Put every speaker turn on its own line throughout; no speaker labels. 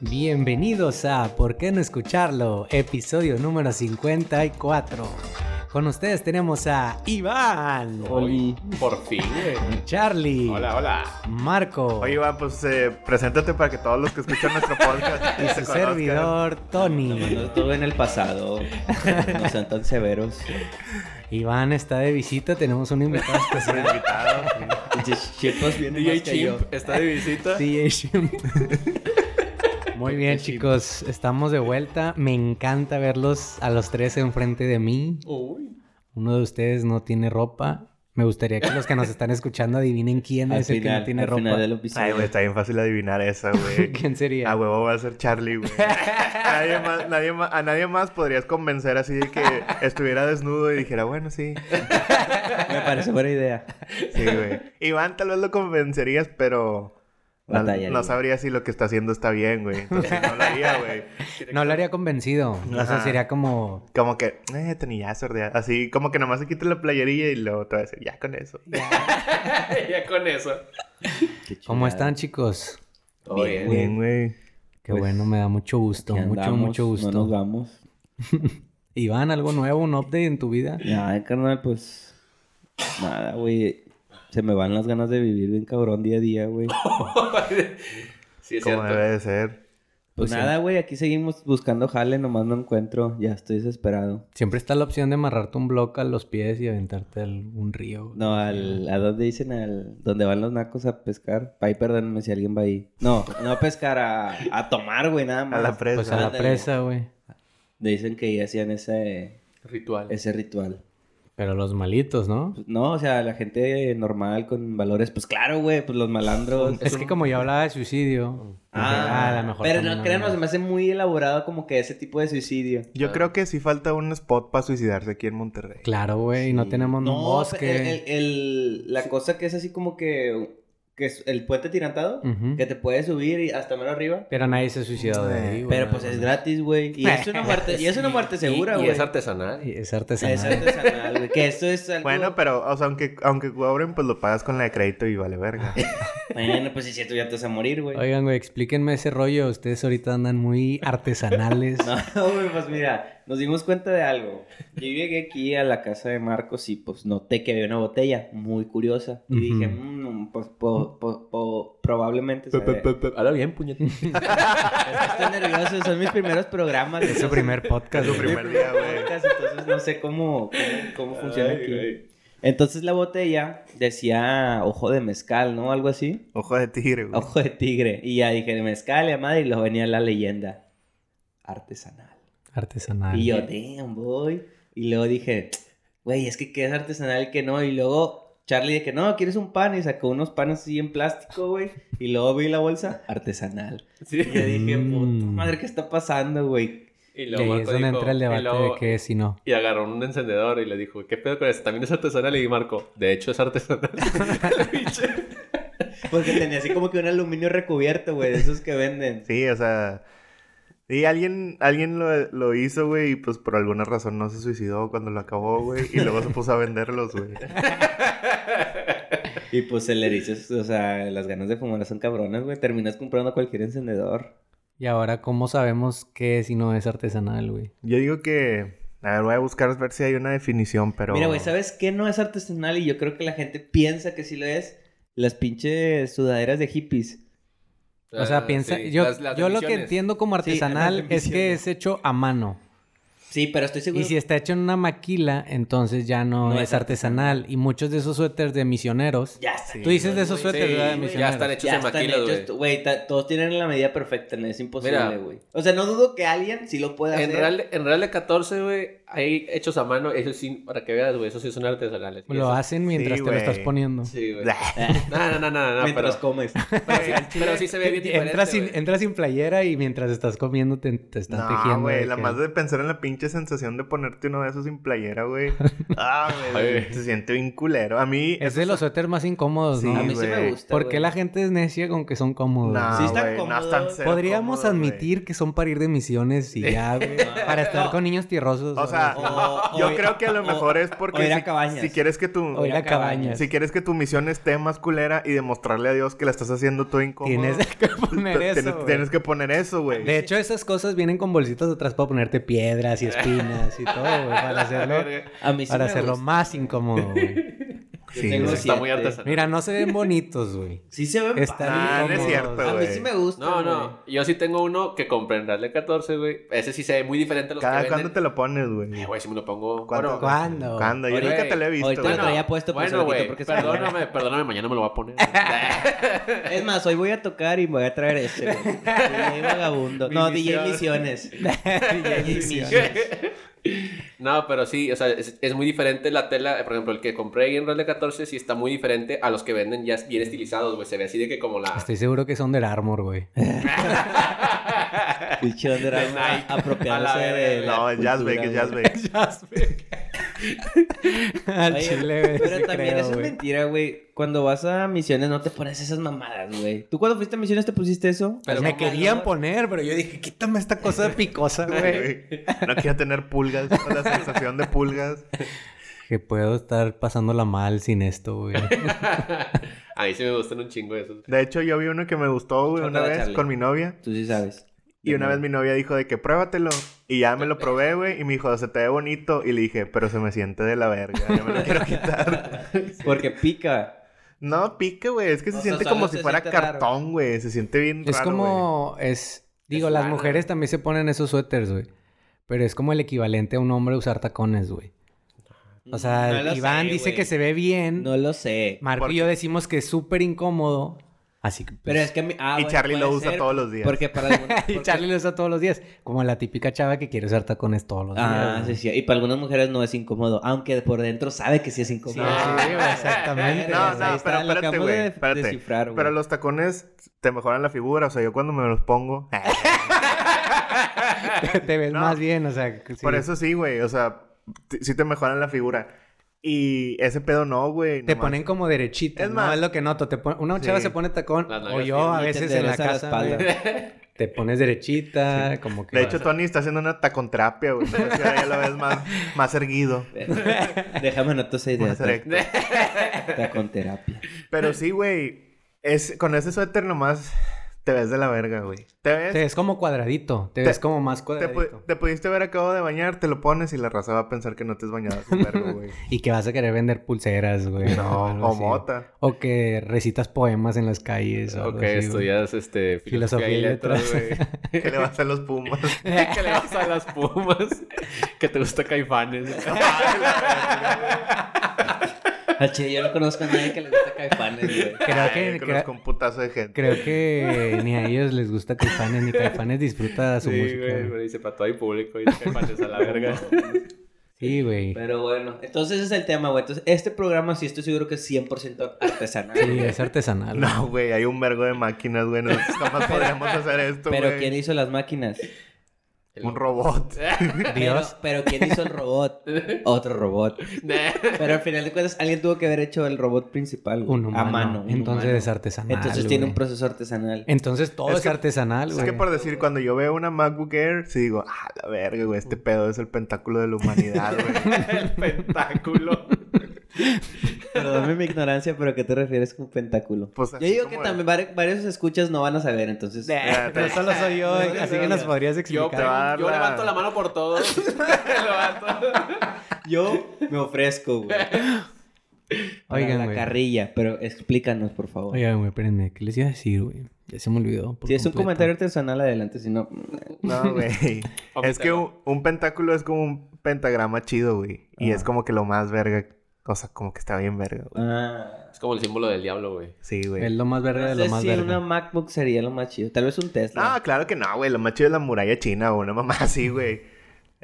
Bienvenidos a ¿Por qué no escucharlo? Episodio número 54. Con ustedes tenemos a Iván,
Oli. Por fin, güey.
Charlie,
Hola, hola.
Marco
Oye, Iván, pues eh, preséntate para que todos los que escuchan nuestro podcast
y
te
su
conozcan.
servidor Tony.
Cuando estuve en el pasado, no sean tan severos.
Iván está de visita, tenemos un invitado
Es un
especial.
invitado.
Chipos viene
DJ
más que yo.
Chimp está de visita.
DJ Shim. Muy bien, chicos, estamos de vuelta. Me encanta verlos a los tres enfrente de mí.
Uy.
Uno de ustedes no tiene ropa. Me gustaría que los que nos están escuchando adivinen quién
Al
es el que
final,
no tiene
al
ropa.
final del Ah,
Ay, güey,
episodio.
está bien fácil adivinar esa, güey.
¿Quién sería?
A huevo va a ser Charlie, güey. Nadie más, nadie más- a nadie más podrías convencer así de que estuviera desnudo y dijera, bueno, sí.
Me parece buena idea.
Sí, güey. Iván tal vez lo convencerías, pero no,
Batallaría.
no sabría si lo que está haciendo está bien, güey. Entonces no lo haría, güey.
No lo haría convencido. O sea,
Ajá.
sería como.
Como que, eh, tenía sordea. Así, como que nomás se quita la playerilla y luego te va a decir, ya con eso.
ya con eso.
Qué chulada.
¿Cómo están, chicos?
Todo bien.
Bien, güey.
Qué
Pues,
bueno, me da mucho gusto.
Aquí
Mucho,
andamos,
mucho gusto.
No nos vamos.
Iván, ¿algo nuevo? ¿Un update en tu vida?
Nada, carnal, pues. Nada, güey. Se me van las ganas de vivir bien cabrón día a día, güey.
Pues
sí, es
Como
cierto.
debe de ser.
Pues
Pues
sí.
nada, güey. Aquí seguimos buscando jale, nomás no encuentro. Ya estoy desesperado.
Siempre está la opción de amarrarte un bloque a los pies y aventarte a un río.
No,
eh,
al, a dónde dicen, al, donde van los nacos a pescar. Pa' ahí, perdónenme si alguien va ahí. No, no a pescar, a, a tomar, güey, nada más.
A la presa.
Pues a la
Ándale.
presa, güey.
Dicen que ahí hacían ese,
Ritual.
ese ritual.
Pero los malitos, ¿no?
Pues, no, o sea, la gente normal con valores, pues claro, güey, pues los malandros.
Es que como yo hablaba de suicidio. dije,
Ah,
a lo mejor
pero
también
no créanos, se
hablaba.
me hace muy elaborado como que ese tipo de suicidio.
Yo creo que sí falta un spot para suicidarse aquí en Monterrey.
Claro, güey. No tenemos un bosque.
pues, el- el- la cosa que es así como que, que es el puente tirantado,
Ujú.
que te puedes subir y hasta menos arriba.
Pero nadie se suicidó de ahí, güey.
Pero pues es gratis, güey. Y es una muerte, y es una muerte segura,
y,
güey.
es artesanal.
Y Es
Es
artesanal.
artesanal, güey. Que esto es algo...
Bueno, pero, o sea, aunque, aunque cobren, pues lo pagas con la de crédito y vale verga.
Bueno, pues si es cierto, ya te vas a morir, güey.
Oigan, güey, explíquenme ese rollo. Ustedes ahorita andan muy artesanales.
No, güey, pues mira, nos dimos cuenta de algo. Yo llegué aquí a la casa de Marcos y pues noté que había una botella muy curiosa. Y dije,
Ujú.
"Mm, pues po- po- po- probablemente... sabe".
Habla bien, puñetón.
Estoy nervioso, son mis primeros programas.
Es su
entonces-
primer podcast.
Su
güey.
primer día, güey.
podcast, entonces no sé cómo, cómo, cómo funciona aquí. Entonces la botella decía ojo de mezcal, ¿no? Algo así.
Ojo de tigre, güey.
Ojo de tigre. Y ya dije, mezcal, la madre, y luego venía la leyenda. Artesanal.
Artesanal.
Y yo, damn, boy. Y luego dije, güey, es que qué es artesanal y qué no. Y luego Charlie de que no, quieres un pan. Y sacó unos panes así en plástico, güey. Y luego vi la bolsa, artesanal. Y yo dije, puta
Mm.
madre, ¿qué está pasando, güey?
Y
Y
luego
ahí es
Marco
donde
dijo-
entra el debate
y luego-
de qué es y no.
Y agarró un encendedor y le dijo, ¿qué pedo con eso? También es artesanal. Y Marco, de hecho es artesanal.
Porque tenía así como que un aluminio recubierto, güey, de esos que venden.
Sí, o sea. Y alguien, alguien lo, lo hizo, güey, y pues por alguna razón no se suicidó cuando lo acabó, güey. Y luego se puso a venderlos, güey.
Y pues el erizo, es- o sea, las ganas de fumar son cabronas, güey. Terminas comprando cualquier encendedor.
Y ahora, ¿cómo sabemos qué es y no es artesanal, güey?
Yo digo que. A ver, voy a buscar a ver si hay una definición, pero.
Mira, güey, ¿sabes qué no es artesanal? Y yo creo que la gente piensa que sí lo es. Las pinches sudaderas de hippies.
O sea,
Ah,
piensa.
sí,
Yo,
las- las
yo lo que
emisiones.
entiendo como
Sí, las
artesanal es que
emisiones.
es hecho a mano.
Sí, pero estoy seguro.
Y si está hecho en una maquila, entonces ya no,
No
es
es
artesanal. Y muchos de esos suéteres de misioneros.
Ya está.
Tú dices de esos
Sí,
suéteres, ¿verdad? De
ya
misioneros.
están hechos
Ya
en
están
maquilas, güey.
hechos, güey. ta- Todos tienen la medida perfecta, ¿no? es imposible,
Mira.
güey. O sea, no dudo que alguien sí lo pueda
En
hacer.
Real, en Real de 14, güey, hay hechos a mano, eso sí, para que veas, güey, esos sí son artesanales.
Lo
Eso-
hacen mientras te lo
güey.
estás poniendo.
Sí, güey.
Nah.
No, no, no, no, no,
Ah, mientras
pero,
comes.
pero, sí, pero sí se ve bien diferente,
Entras sin,
güey.
entras sin playera y mientras estás comiendo te, te están
No,
tejiendo.
güey,
de
la
que-
más de pensar en la pinche pinche sensación de ponerte uno de esos sin playera, güey. Ah,
Ay,
güey. Se siente bien culero. A mí.
Es de los suéteres más incómodos,
Sí,
¿no?
a mí sí me
güey.
gusta.
¿Por qué
güey.
la gente es necia con que son cómodos?
Nah,
Sí está
güey, no
cómodo.
están cero
Podríamos
cómodos, güey.
admitir que son para ir de misiones y ya, güey. para estar
No.
con niños tierrosos.
O sea,
O-
yo
o-
creo que a lo
o-
mejor es porque
o ir a
si-
cabañas.
si quieres que tu
o ir a cabañas.
si quieres que tu misión esté más culera y demostrarle a Dios que la estás haciendo todo incómodo.
Tienes que poner
t-
eso,
tienes-
güey.
tienes que poner eso, güey.
De hecho, esas cosas vienen con bolsitas atrás para ponerte piedras y espinas y todo, güey, para hacerlo,
verga.
A mí sí
para
me
hacerlo
gusta.
más incómodo, güey.
Yo
Sí,
tengo
güey.
Está muy
siete.
artesanal.
Mira, no se ven bonitos, güey.
Sí se ven
Están
Nah, Ah, no es
incómodos.
cierto,
A mí
güey.
sí me gusta.
No,
güey.
no. Yo sí tengo uno que compré en Real de 14, güey. Ese sí se ve muy diferente a los
Cada
que
cuándo
venden.
te lo pones, güey.
Eh, güey, si me lo pongo...
¿Cuánto-
Bueno,
¿Cuándo?
¿Cuándo? Yo
Ahorita-
nunca te lo he visto.
ahorita
güey.
lo traía puesto, pero se lo
bueno,
quito
güey,
porque se me
perdóname, perdóname, mañana me lo voy a poner.
Es más, hoy voy a tocar y me voy a traer este, güey. DJ Vagabundo. No, DJ Misiones. DJ Misiones.
no, pero sí, o sea, es, es muy diferente la tela. Por ejemplo, el que compré ahí en Real de 14 sí está muy diferente a los que venden ya bien estilizados, güey. Se ve así de que como la...
Estoy seguro que son del Armor, güey.
Pinche Under Armour
De Nike.
apropiándose
A la
de
verga,
la
No, es Jazzbeck,
cultura,
es
güey.
Jazzbeck.
Al
Oye,
chile, güey.
Pero
sí
también
creo,
eso es
güey.
mentira, güey. Cuando vas a misiones no te pones esas mamadas, güey. ¿Tú cuando fuiste a misiones te pusiste eso?
Pues
Pero
me
como-
querían poner, pero yo dije, quítame esta cosa picosa, güey.
Güey, No quiero tener pulgas, la sensación de pulgas.
que puedo estar pasándola mal sin esto, güey.
a mí sí me gustan un chingo esos.
De hecho, yo vi uno que me gustó, güey, una
Otra,
vez
Charlie.
con mi novia.
Tú sí sabes.
Y una vez mi novia dijo de que pruébatelo. Y ya me lo probé, güey. Y me dijo, se te ve bonito. Y le dije, pero se me siente de la verga. Yo me lo quiero quitar.
Porque pica.
No, pica, güey. Es que se
O sea,
siente
solo
como si
se
fuera
siente raro.
cartón, güey. Se siente bien
es
raro, güey.
como, es, digo, las
lana.
mujeres también se ponen esos suéteres, güey. Pero es como el equivalente a un hombre usar tacones, güey. O sea,
No lo
Iván
sé,
dice
güey.
que se ve bien.
No lo sé.
Marco y yo decimos que es súper incómodo. Así que, pues,
Pero es que... a mí- ah,
Y
bueno,
Charlie lo
puede
usa
ser,
todos los días.
Porque para algunas...
Y
porque-
Charlie lo usa todos los días. Como la típica chava que quiere usar tacones todos los
Ah,
días.
sí,
güey.
sí. Y para algunas mujeres no es incómodo. Aunque por dentro sabe que sí es
Sí,
incómodo.
sí, güey, exactamente.
No,
güey.
Ahí está,
no, pero
lo
espérate,
acabamos
güey.
de
Espérate.
descifrar, güey.
pero los tacones te mejoran la figura. O sea, yo cuando me los pongo.
Te ves
No.
más bien, o sea. que sí.
Por eso sí, güey. O sea, t- sí te mejoran la figura. Y ese pedo no, güey.
Te
nomás.
ponen como derechito.
Es
Es
más-
más. es lo que noto. Te pon- Una
Sí.
chava se pone tacón.
Las nalgas
O yo
firmes.
a
Y te
veces en la
endereza la
casa.
espalda.
güey, te pones derechita, como que.
De hecho, Tony está haciendo una tacontrapia, güey. No sé si ahora ya lo ves más, más erguido.
Déjame anotar esa idea.
más erecto.
Está con terapia.
Pero sí, güey. Es, con ese suéter nomás te ves de la verga, güey. Te ves.
te
Te,
ves como cuadradito. Te,
Te-
ves como más cuadradito.
pu- te pudiste haber acabado de bañar, te lo pones y la raza va a pensar que no te has bañado hace un vergo, güey.
Y que vas a querer vender pulseras, güey.
No,
o algo
o
así.
mota.
O que recitas poemas en las calles. o algo
Ok,
así, güey.
estudias este, filosofía,
Filosofía
y
y
letras, güey.
Que le vas a los pumas.
que le vas a las pumas. que te gusta caifanes.
Ah, che, yo no conozco a nadie que le guste caifanes, güey.
Creo
Ay,
que,
yo
creo,
conozco un putazo de gente.
creo que ni a ellos les gusta Caifanes, ni Caifanes disfruta su
sí,
música.
güey,
güey.
pero dice para todo el público y caifanes a la verga.
Sí, güey.
Pero bueno, entonces ese es el tema, güey. Entonces, este programa sí estoy seguro que es 100% artesanal.
Sí, es artesanal. güey.
No, güey, hay un vergo de máquinas, güey. Nosotros jamás podríamos hacer esto, güey.
pero ¿quién hizo las máquinas?
Un robot.
Dios.
Pero, pero ¿quién hizo el robot? Otro robot.
Nah.
Pero al final de cuentas, alguien tuvo que haber hecho el robot principal güey,
Un humano.
a mano. un
Entonces
humano.
es artesanal.
Entonces tiene
güey.
un proceso artesanal.
Entonces todo
Es
es,
que-
artesanal,
Es
güey.
que por decir, cuando yo veo una MacBook Air, sí digo, ah, la verga, güey, este pedo es el pentáculo de la humanidad, güey.
el pentáculo.
Perdóname mi ignorancia, pero ¿a ¿qué te refieres con pentáculo?
Pues
Yo
así
digo
como
que
de-
también vari- varios escuchas no van a saber, entonces.
Nah, pero solo soy yo, eh,
No, no,
así
no,
que
no.
nos podrías
Yo,
explicar.
te va a dar
yo
la-
levanto la mano por todo. levanto.
Yo me ofrezco, güey. Para
Oigan,
la
güey.
carrilla, pero explícanos, por favor.
Oigan, güey, espérenme, ¿qué les iba a decir, güey? Ya se me olvidó. por
si es un
completo.
comentario artesanal, adelante, si no.
No, güey. es que un, un pentáculo es como un pentagrama chido, güey. Y
Ah.
es como que lo más verga. O sea, como que está bien verga, güey.
Ah.
Es como el símbolo del diablo, güey.
Sí,
Es
güey.
lo más verde de
No
lo
sé
más
si
verde.
una MacBook sería lo más chido. Tal vez un Tesla.
Ah, No, claro que no, güey. Lo más chido es la muralla china, güey. Una mamá así, güey.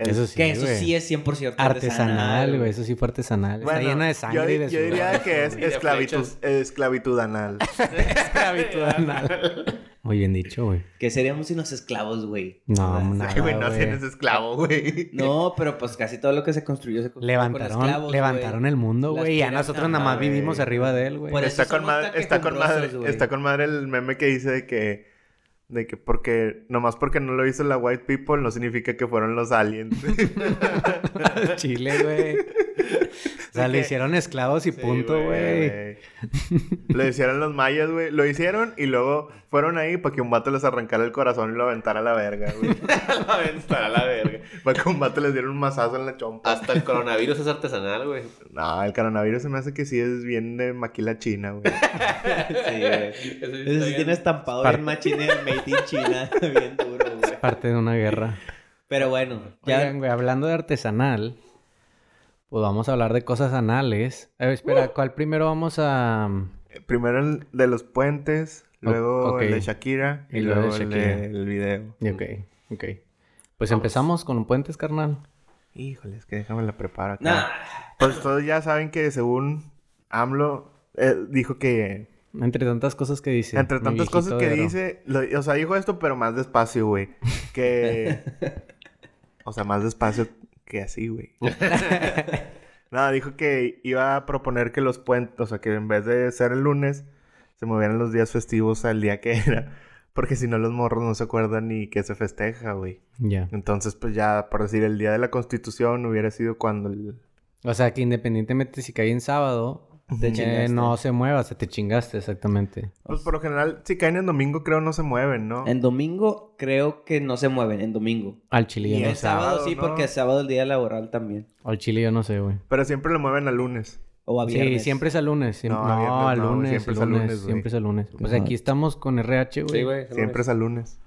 Eso sí.
que eso
güey.
sí es 100%
Artesanal, güey. Eso sí fue artesanal.
Bueno,
Está llena de
yo,
sangre
di-
y de
yo diría
sudor.
que es
Y de
esclavitud,
flechas.
esclavitud anal.
Esclavitud anal. Muy bien dicho, güey.
Que seríamos unos esclavos, güey.
No,
¿Verdad?
nada,
Ay, güey, no
güey.
tienes esclavo, güey.
No, pero pues casi todo lo que se construyó se construyó
Levantaron,
con esclavos,
levantaron
güey.
el mundo,
Las
güey. Y a
tiras
nosotros
tan
nada más
mal,
vivimos
güey.
arriba de él, güey.
Por eso
Está con,
somos
madre,
tan
está, con madre,
quejumbrosos, güey.
está con madre el meme que dice de que... De que porque... Nomás porque no lo hizo la white people no significa que fueron los aliens.
Chile, güey. O sea,
De
le
que-
hicieron esclavos y punto, güey.
lo hicieron los mayas, güey. Lo hicieron y luego fueron ahí para que un vato les arrancara el corazón y lo aventara a la verga, güey.
la ventana, la verga.
Para que un vato les diera un mazazo en la chompa.
Hasta el coronavirus es artesanal, güey.
No, el coronavirus se me hace que sí es bien de maquila china, güey.
Sí, güey.
Eso sí
Eso sí
está bien.
tiene este, estampado
Par-
bien machine el Made in China, bien duro, güey.
Parte de una guerra.
Pero bueno, ya.
Oigan, güey, hablando de artesanal, pues vamos a hablar de cosas anales. Eh, espera, ¿cuál primero vamos a...? mm,
Primero el de los puentes, luego
ok.
el de Shakira y,
Y luego
luego
de
el
Shakira.
de- el video.
Y Ok, ok. Pues empezamos con puentes, carnal.
Híjole, es que déjame la preparo acá.
Nah,
Ah,
Pues todos ya saben que según AMLO eh, dijo que
Entre tantas cosas que dice.
entre
mi
tantas
viejito
cosas que
Vero.
dice, lo- o sea, dijo esto pero más despacio, güey, que o sea, más despacio que así, güey. Nada, dijo que iba a proponer que los puentes, o sea, que en vez de ser el lunes se movieran los días festivos al día que era, porque si no los morros no se acuerdan ni que se festeja, güey.
Ya.
Entonces, pues ya, por decir, el día de la Constitución hubiera sido cuando el...
O sea, que independientemente si cae en sábado,
te
eh,
chingaste.
no se mueva, se te chingaste, exactamente.
Pues por lo general, si caen en domingo, creo no se mueven, ¿no?
En domingo creo que no se mueven, en domingo.
Al chile
Y
yo
Ni
no
el
sé.
sábado,
sábado,
sí,
¿no?
porque el sábado es el día laboral también.
Al chile yo no sé, güey.
Pero siempre lo mueven al lunes.
O a
Sí,
viernes.
siempre es al lunes. siempre-
No,
No,
a viernes
al
no, güey,
lunes,
siempre
el
es al
lunes,
lunes, güey.
siempre es al lunes. Pues aquí estamos con RH, güey. Mm,
Sí, güey.
Siempre es al lunes.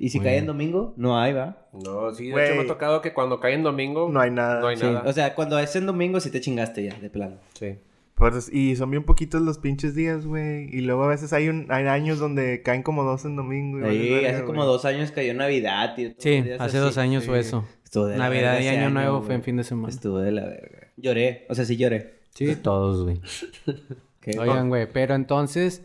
Y si
Muy
cae
bien.
en domingo, no hay, va.
No, sí, de
Güey.
hecho me ha tocado que cuando cae en domingo
No hay nada.
No hay
Sí,
nada.
O sea, cuando es en domingo, sí te chingaste ya, de plano.
Sí.
Pues, y son bien poquitos los pinches días, güey. Y luego a veces hay, un, hay años donde caen como dos en domingo. y vale
Ahí,
verga,
hace como
güey.
dos años cayó Navidad, tío. todos los
Sí,
días
hace
así.
dos años fue
sí.
eso.
Estuvo de la
Navidad
verga
y
ese
Año Nuevo
güey. Este,
fue en fin de semana.
Estuvo de la verga. Lloré, o sea, sí lloré.
Sí, todos, güey.
Que-
Oigan, güey, pero entonces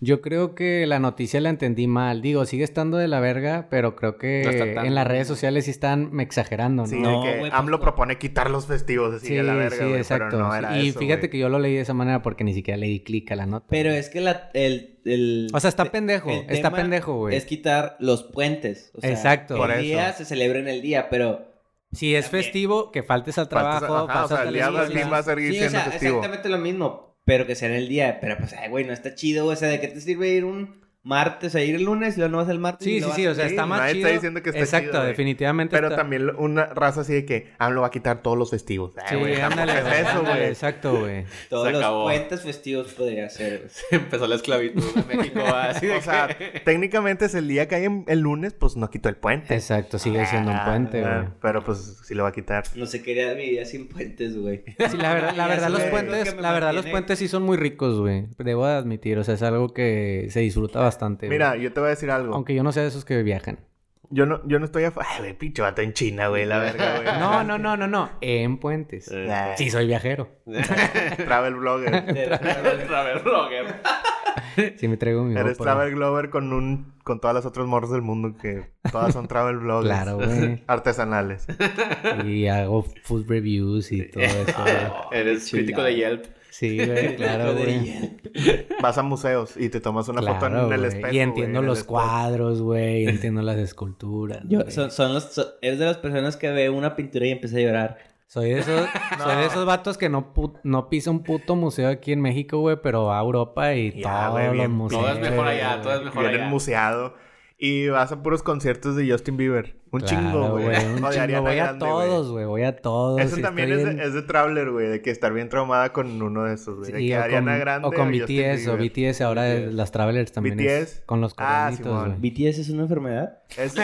yo creo que la noticia la entendí mal. Digo, sigue estando de la verga, pero creo que
No está tan-
en las redes sociales sí están me exagerando, ¿no?
Sí,
Sí,
No,
de que
güey, pues,
AMLO
no.
propone quitar los festivos. Así
sí,
a la verga, güey,
exacto.
Pero no era
y
eso,
fíjate
güey.
que yo lo leí de esa manera porque ni siquiera le di clic a la nota.
Pero es que la, el, el...
o sea, está
te-
pendejo,
el
está
tema
pendejo, güey.
Es quitar los puentes. o sea,
Exacto.
que
Por
el
eso.
día se celebra en el día, pero...
Si es
También.
festivo, que faltes al
Faltas-
trabajo,
ajá, o sea,
faltas a
el
la
día
escuela.
del fin va a seguir
Sí, o
siendo
sea,
festivo.
exactamente lo mismo, pero que sea en el día. Pero pues, ay, güey, no está chido, o sea, ¿de qué te sirve ir un martes a ir el lunes y luego no vas el martes? y
Sí, sí,
luego
sí,
vas-
o sea,
sí,
está más
nadie
chido.
está diciendo que está
Exacto,
chido, güey.
definitivamente
Pero
está-
también lo- una raza así de que AMLO va a quitar todos los festivos. Ay,
Sí,
güey, tampoco
ándale,
es
güey,
eso,
ándale,
güey.
exacto, güey.
Todos
Se
los
acabó.
puentes festivos podría ser. güey.
Empezó la esclavitud en México. Así de
O sea,
que-
técnicamente es el día que hay en- el lunes, pues no quitó el puente.
Exacto, sigue siendo un
Ah,
puente, güey.
ah, Pero pues sí lo va a quitar.
No se quería mi día sin puentes, güey.
Sí, la verdad, la
Ya
verdad
sé,
los
güey.
puentes,
Creo que me
la verdad los
mantiene-
puentes sí son muy ricos, güey. Debo de admitir, o sea, es algo que se disfruta bastante. güey.
Mira, yo te voy a decir algo.
aunque yo no sea de esos que viajan.
Yo no, yo no estoy a... fa- Ay, güey, pinche vato en China, güey, la verga, güey.
No, no, no, no, no, en puentes.
Nah,
Sí, soy viajero.
Travel blogger.
Travel blogger.
Sí me traigo mi
Eres
GoPro.
travel glover con un con todas las otras morras del mundo que todas son travel bloggers.
Claro, güey.
Artesanales.
Y hago food reviews y todo eso. güey.
Eres crítico de Yelp.
Sí, güey, claro,
Lo de
güey.
Yelp.
Vas a museos y te tomas una foto en
Claro,
el
güey.
espejo.
y entiendo
güey, en el
los
espejo.
cuadros, güey. Entiendo las esculturas.
Yo,
güey.
son, son los, son- eres de las personas que ve una pintura y empieza a llorar.
Soy de esos, soy de esos vatos que no, pu- no pisa un puto museo aquí en México, güey, pero va a Europa y
Ya,
todos
güey,
los
bien
museos.
Todo es mejor allá, todo es mejor
Vienen
allá.
museado. Y vas a puros conciertos de Justin Bieber. Un chingo, güey.
Un
O de
chingo.
Ariana
Voy a
Grande, güey.
todos, güey. Voy a todos.
Eso
y
también
estoy
es de,
en-
es de traveler, güey. De que estar bien traumada con uno de esos, güey. Pues de
sí,
que
o
Ariana
con,
Grande
O con
Justin
BTS, o
Bieber.
BTS ahora de las Travelers también. es
BTS.
con los
Ah, Simón.
coronitos, güey.
¿BTS es una enfermedad?
Es-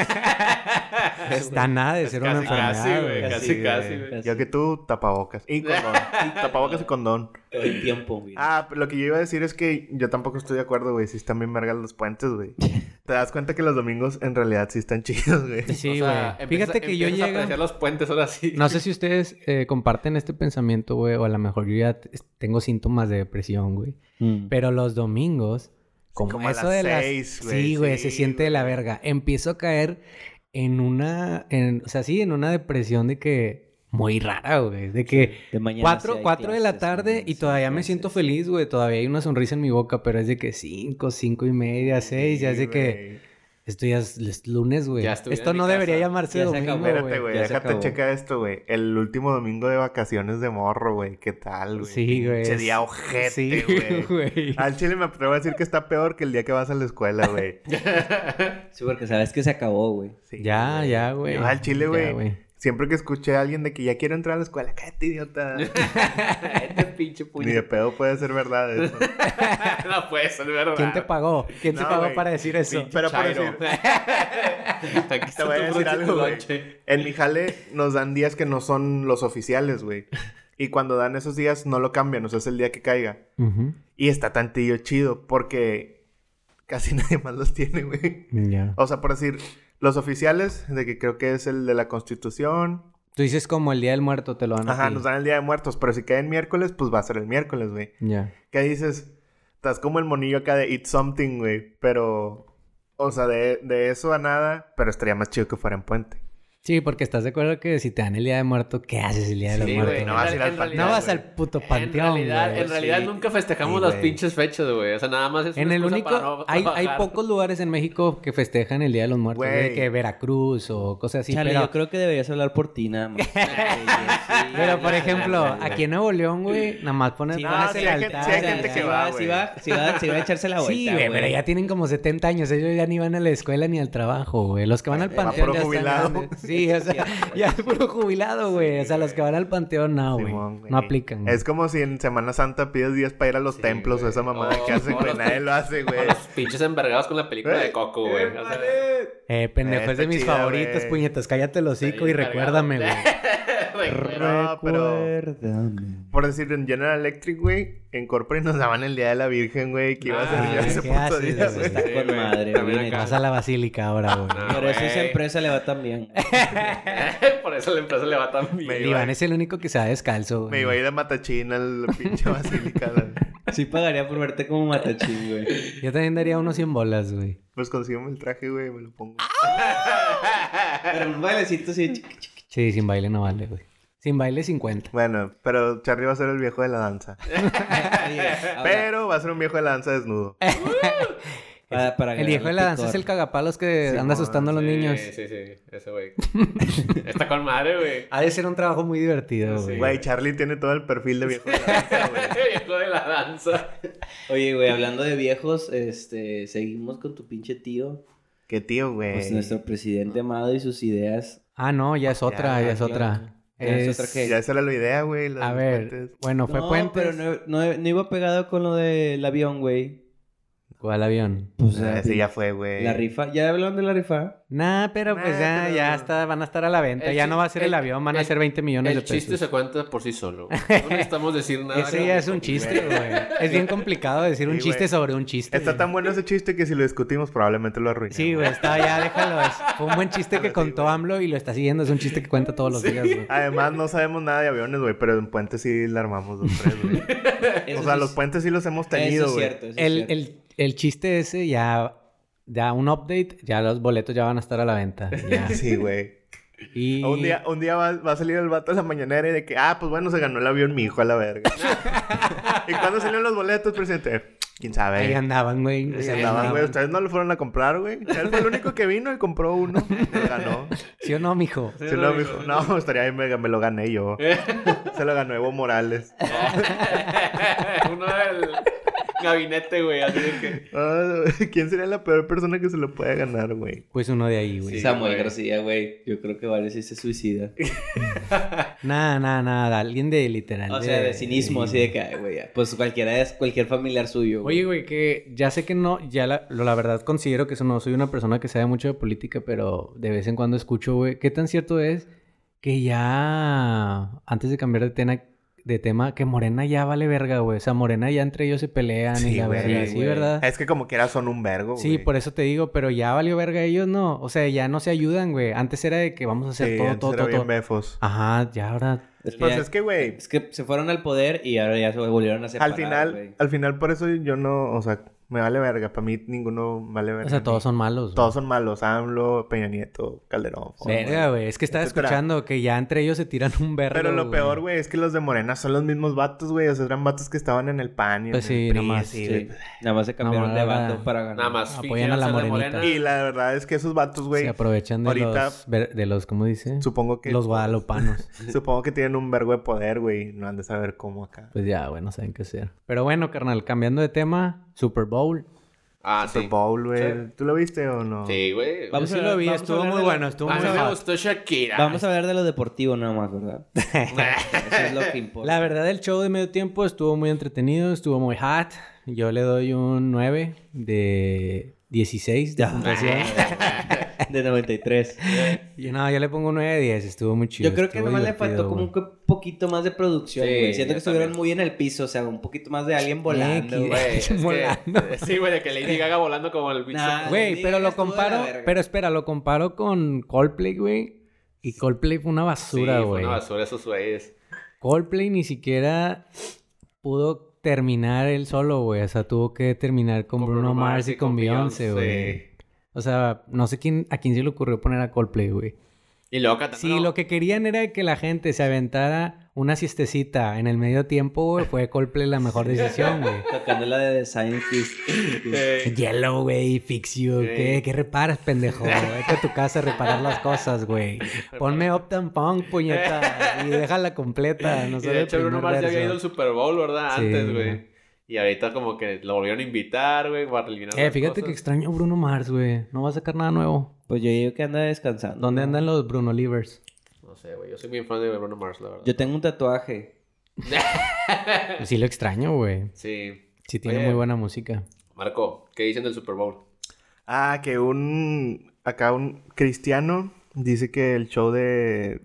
Está nada de ser una
Casi, casi,
enfermedad,
güey.
güey.
Casi,
Sí,
casi,
güey.
güey.
Yo que tú, tapabocas. Y condón. tapabocas y condón.
Todo el tiempo, güey.
Ah, pero lo que yo iba a decir es que yo tampoco estoy de acuerdo, güey. Si están bien vergas los puentes, güey. te das cuenta que los domingos en realidad sí están chidos, güey.
Sí,
O
güey.
sea, empiezas-
Fíjate que yo
empiezas a
llego.
apreciar los puentes ahora sí.
No sé si ustedes eh, comparten este pensamiento, güey, o a lo mejor yo ya t- tengo síntomas de depresión, güey. Pero los domingos, como,
como a
eso
las
de las...
seis, güey,
sí, güey, se
sí,
siente de la verga. Empiezo a caer en una... en- o sea, sí, en una depresión de que... Muy rara, güey. De que
De mañana
cuatro,
sí hay
cuatro de la
clases,
tarde
mañana
y
sí hay
todavía me siento
clases.
feliz, güey. Todavía hay una sonrisa en mi boca, pero es de que cinco, cinco y media, seis. ya es de que
güey.
esto ya es, es lunes, güey.
Ya estuviera
Esto
en mi
no debería
casa.
llamarse
Ya se
domingo,
acabó.
Espérate, güey.
ya se
Déjate
acabó.
checa esto, güey. El último domingo de vacaciones de morro, güey. ¿Qué tal, güey?
Sí, güey.
Ese día
Sí,
ojete, güey. Ah,
güey.
Al chile me atrevo a decir que está peor que el día que vas a la escuela, güey.
Sí, porque sabes que se acabó, güey.
Sí,
Ya, ya, güey.
Yo al chile,
Ya,
güey. Siempre que escuché a alguien de que ya quiero entrar a la escuela, cállate, idiota.
este pinche
Ni de
puño.
pedo puede ser verdad eso.
no puede ser verdad.
¿Quién te pagó? ¿Quién te
Ah. No,
pagó
güey.
para decir eso?
Sí, Pero por
Chairo.
decir-
Aquí está
voy a decir
tu broche,
algo,
tu
güey.
lonche.
En mi jale nos dan días que no son los oficiales, güey. Y cuando dan esos días no lo cambian, o sea, es el día que caiga.
Ujú.
Y está tantillo chido porque casi nadie más los tiene, güey.
Ya.
O sea, por decir, los oficiales, de que creo que es el de la Constitución.
Tú dices como el Día del Muerto te lo dan a
Ajá,
ti.
nos dan el Día de Muertos, pero si cae en miércoles, pues va a ser el miércoles, güey.
Ya.
¿Qué dices? Estás como el monillo acá de Eat Something, güey. Pero, o sea, de, de eso a nada, pero estaría más chido que fuera en puente.
Sí, porque estás de acuerdo que si te dan el Día de Muerto, ¿qué haces el Día de los
Sí,
Muertos?
güey,
no
no
vas,
vas a ir al
en
panteón,
realidad, güey.
al puto
en
panteón,
realidad,
güey.
en realidad
sí.
nunca festejamos
Sí,
las
güey.
pinches fechas, güey. O sea, nada más es una
En el
excusa
único...
para no
hay, hay
trabajar.
pocos lugares en México que festejan el Día de los Muertos.
Güey.
güey, que Veracruz o cosas así.
Charlie,
pero,
yo creo que deberías hablar por ti nada más.
pero, por ejemplo, aquí en Nuevo León, güey, nada más pones,
Sí,
pones
no,
el
sí hay gente-
altar.
sí hay gente que
güey.
va,
Si va, si va, si va a echarse la vuelta,
Sí, güey, pero ya tienen como 70 años. Ellos ya ni van a la escuela ni al trabajo, güey. Los que van al
Va
panteón
puro
ya están
jubilado.
grandes. Sí, o sea, ya es puro jubilado, güey. O sea, los que van al panteón, no, güey.
Simón, güey.
No aplican. güey.
Es como si en Semana Santa pides días para ir a los
Sí,
templos
güey.
o esa mamada
Oh,
que hacen,
no,
güey.
los-
Nadie lo hace,
O
güey.
los pinches envergados con la película de Coco, güey. O sea,
Eh, pendejo,
Está
es de mis
chida,
favoritos,
güey.
puñetas. Cállate el hocico y
Está bien
recuérdame, güey.
cargado. güey,
No, pero
Recuérdame.
por decir, en General Electric, güey, en Corporate nos daban el Día de la Virgen, güey, que iba a
Ah,
ser yo ese
¿qué
puto
haces,
día,
güey?
güey.
Está
Sí,
con
güey.
madre,
También
güey.
acá.
Vas a la basílica ahora, güey.
Pero esa esa
güey.
empresa le va tan bien.
Por eso la empresa le va tan bien.
Me
El
iba-
Iván es el único que se va descalzo, güey.
Me iba a ir a Matachín al pinche basílica. güey.
Sí pagaría por verte como matachín, güey.
Yo también daría unos 100 bolas, güey.
pues consígueme el traje, güey, me lo pongo.
Pero un bailecito así. chiqui, chiqui.
Sí, sin baile no vale, güey. Sin baile 50.
Bueno, pero Charlie va a ser el viejo de la danza.
Oye, ahora,
Pero va a ser un viejo de la danza desnudo.
para- para
El viejo de la danza es el
agarrarle
cagapalos que
Simón,
anda asustando a los
Sí,
niños.
Sí, sí, ese güey. Está con madre, güey.
Ha de ser un trabajo muy divertido,
Sí,
güey.
Güey, Charlie tiene todo el perfil de viejo de la danza, güey.
Viejo de la danza.
picor. Oye, güey, hablando de viejos, este, seguimos con tu pinche tío.
Qué tío, güey.
Pues nuestro presidente amado y sus ideas.
Ah, no, ya es otra,
Ya,
ya, es
claro.
otra.
Ya es otra que-
Ya esa era la idea, güey. la
A
de los
ver,
puentes.
bueno, fue
no,
puente.
pero no, no- no iba pegado con lo del avión, güey.
¿Cuál avión?
Pues,
Ah,
la-
ese ya fue, güey.
La rifa. ¿Ya hablaron de la rifa?
Nah, pero pues
Nah,
ya,
pero-
ya está, van a estar a la venta.
El
Ya
chis-
no va a ser el,
el-
avión, van a
el-
ser 20 millones
El
de
chiste
pesos.
se cuenta por sí solo. güey. No necesitamos decir nada.
Ese ya es un chiste, güey. Es bien complicado decir un
Sí,
chiste
güey.
sobre un chiste.
Está tan bueno ese chiste que si lo discutimos probablemente lo arruinamos.
Sí, güey, está ya, déjalo. es- Fue un buen chiste que
Sí,
contó
güey.
AMLO y lo está siguiendo. Es un chiste que cuenta todos los días, güey.
Además, no sabemos nada de aviones, güey, pero en puentes sí la armamos dos, tres, güey.
Eso
O sea,
sí
los
es-
puentes sí los hemos
Eso
tenido,
es
güey.
cierto, eso es
El,
cierto.
el, el chiste ese ya... Ya un update, ya los boletos ya van a estar a la venta. ya.
Ah, Sí, güey.
Y...
Un día, un día va, va a salir el vato de la mañanera y de que, ah, pues bueno, se ganó el avión mi hijo a la verga. ¿Y cuándo salieron los boletos, presidente? ¿Quién sabe?
Ahí andaban, güey.
Ahí
Sí,
andaban, güey. Ustedes no lo fueron a comprar, güey. Él fue el único que vino y compró uno. Lo ganó.
¿Sí o no, mijo?
Si no, me dijo, no, estaría bien, verga, me lo gané yo. Se lo ganó Evo Morales.
Uno del gabinete, güey. Así de que.
Ah, ¿Quién sería la peor persona que se lo puede ganar, güey?
Pues uno de ahí, güey.
Sí.
Samuel
güey.
García, güey. Yo creo que Vale sí se suicida.
Nada, nada, nada. Alguien de literal.
O sea, de cinismo, así de que, ay, güey, ya. pues cualquiera es, cualquier familiar suyo.
Oye, güey, que ya sé que no, ya la, lo- la verdad considero que eso no soy una persona que sabe mucho de política, pero de vez en cuando escucho, güey, ¿qué tan cierto es que ya, antes de cambiar de, tema- de tema que Morena ya vale verga, güey. O sea, Morena ya entre ellos se pelean y la
güey,
verga, sí,
güey.
¿verdad?
Es que como quiera son un vergo,
Sí,
güey.
por eso te digo, pero ya valió verga ellos, no. O sea, ya no se ayudan, güey. Antes era de que vamos a hacer
Sí,
todo,
antes
todo,
era
todo.
bien
todo. Ah,
befos.
Ajá, ya ahora.
Es que,
Pues
ya-
es que, güey,
es que se fueron al poder y ahora ya se volvieron a separar.
al final,
güey.
al final por eso yo no, o sea, me vale verga. Para mí ninguno vale verga.
O sea, todos son malos. güey.
Todos son malos. AMLO, Peña Nieto, Calderón. Fox.
Verga, güey. Es que estaba
Etcétera.
escuchando que ya entre ellos se tiran un verga.
Pero lo peor, güey, es que los de Morena son los mismos vatos, güey. O sea, eran vatos que estaban en el PAN y en
Pues
el
sí,
PRI,
nomás,
así,
Sí.
güey.
Nada más se cambiaron
Nada
de
más
bando
la-
para ganar.
Nada más.
Apoyan a la
fingieron ser de
morenita.
Morena.
Y la verdad es que esos vatos, güey,
Se aprovechan de
ahorita-
los. ver- De los, ¿cómo dicen?
supongo que
Los guadalupanos.
supongo que tienen un vergo de poder, güey. No han de saber cómo acá.
pues ya, güey, no saben qué hacer. Pero bueno, carnal, cambiando de tema, Super Bowl.
Ah,
Super
sí.
Bowl, güey.
Sí.
¿Tú lo viste o no?
Sí, güey.
Yo
Vamos
sí
a-
lo vi,
vamos a
estuvo
hablar
muy
de la-
bueno, estuvo
A
muy
mí me
hot.
gustó Shakira.
Vamos a hablar de lo deportivo nada más, ¿verdad? Eso es lo que importa.
La verdad, el show de medio tiempo estuvo muy entretenido, estuvo muy hot. Yo le doy un 9 de 16 de
Ah,
puntuación.
De 93.
Yo no, yo le pongo un 9 de 10, estuvo muy chido.
Yo creo que
estuvo
nomás le
divertido,
faltó
güey.
como un co- poquito más de producción,
Sí,
güey. Siento
yo
que estuvieron
también.
muy en el piso, o sea, un poquito más de alguien volando,
X.
güey.
Güey, es que-
Volando.
Sí, güey, de que Lady Gaga volando como el bicho.
Nah.
Güey, pero lo
Estuvo de la
comparo,
verga.
pero espera, lo comparo con Coldplay, güey. Y Coldplay fue una
Sí,
basura,
fue
güey.
una basura esos güeyes.
Coldplay ni siquiera pudo terminar él solo, güey. O sea, tuvo que terminar con, Bruno, Mars y con Beyoncé, güey. O sea, no sé quién, a quién se le ocurrió poner a Coldplay, güey.
Y luego cantando.
Si lo que querían era que la gente se aventara una siestecita en el medio tiempo, güey, fue Coldplay la mejor decisión, güey.
Tocando la de The Scientist.
Eh,
Yellow, güey, fix you. ¿Qué,
Ey.
¿Qué reparas, pendejo? Vete a tu casa a reparar las cosas, güey. Ponme Optan Punk, puñeta. Y déjala completa. No
y
solo
de
el
hecho, Bruno
primer
Mars ya había
verso.
ido al Super Bowl, ¿verdad?
Sí,
Antes,
güey.
güey. Y ahorita como que lo volvieron a invitar, güey, para eliminar
Eh,
las
fíjate que
cosas.
extraño a Bruno Mars, güey. No va a sacar nada nuevo.
Pues yo digo que anda descansando.
¿Dónde andan los Bruno Livers?
No sé, güey. Yo soy bien fan de Bruno Mars, la verdad.
Yo tengo un tatuaje.
Sí lo extraño, güey.
Sí.
Sí tiene
Oye.
muy buena música.
Marco, ¿qué dicen del Super Bowl?
Ah, que un. Acá un cristiano dice que el show de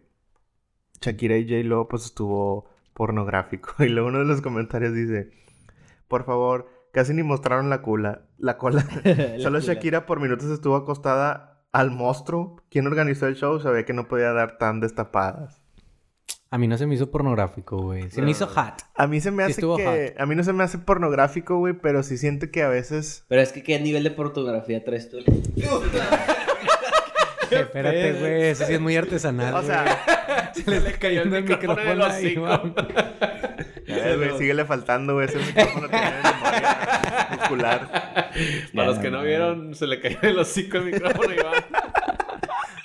Shakira y J-Lo pues estuvo pornográfico. Y luego uno de los comentarios dice: Por favor, casi ni mostraron la cula. La cola. Solo Shakira por minutos estuvo acostada al monstruo. Quien organizó el show sabía que no podía dar tan destapadas.
A mí no se me hizo pornográfico, güey. Se me
No.
hizo hot.
A mí se me
Sí
hace
estuvo
que. A mí no se me hace pornográfico, güey, pero sí siento que a veces.
Pero es que qué nivel de pornografía traes tú.
Espérate,
pedo.
güey. Eso sí es muy artesanal.
O sea,
se le está cayendo el micrófono
en el
ahí,
hocico.
man.
eh, güey, síguele faltando, güey. Ese micrófono tiene memoria muscular.
Para
Ya,
los que no
no,
vieron, se le cayó el hocico al micrófono, Iván.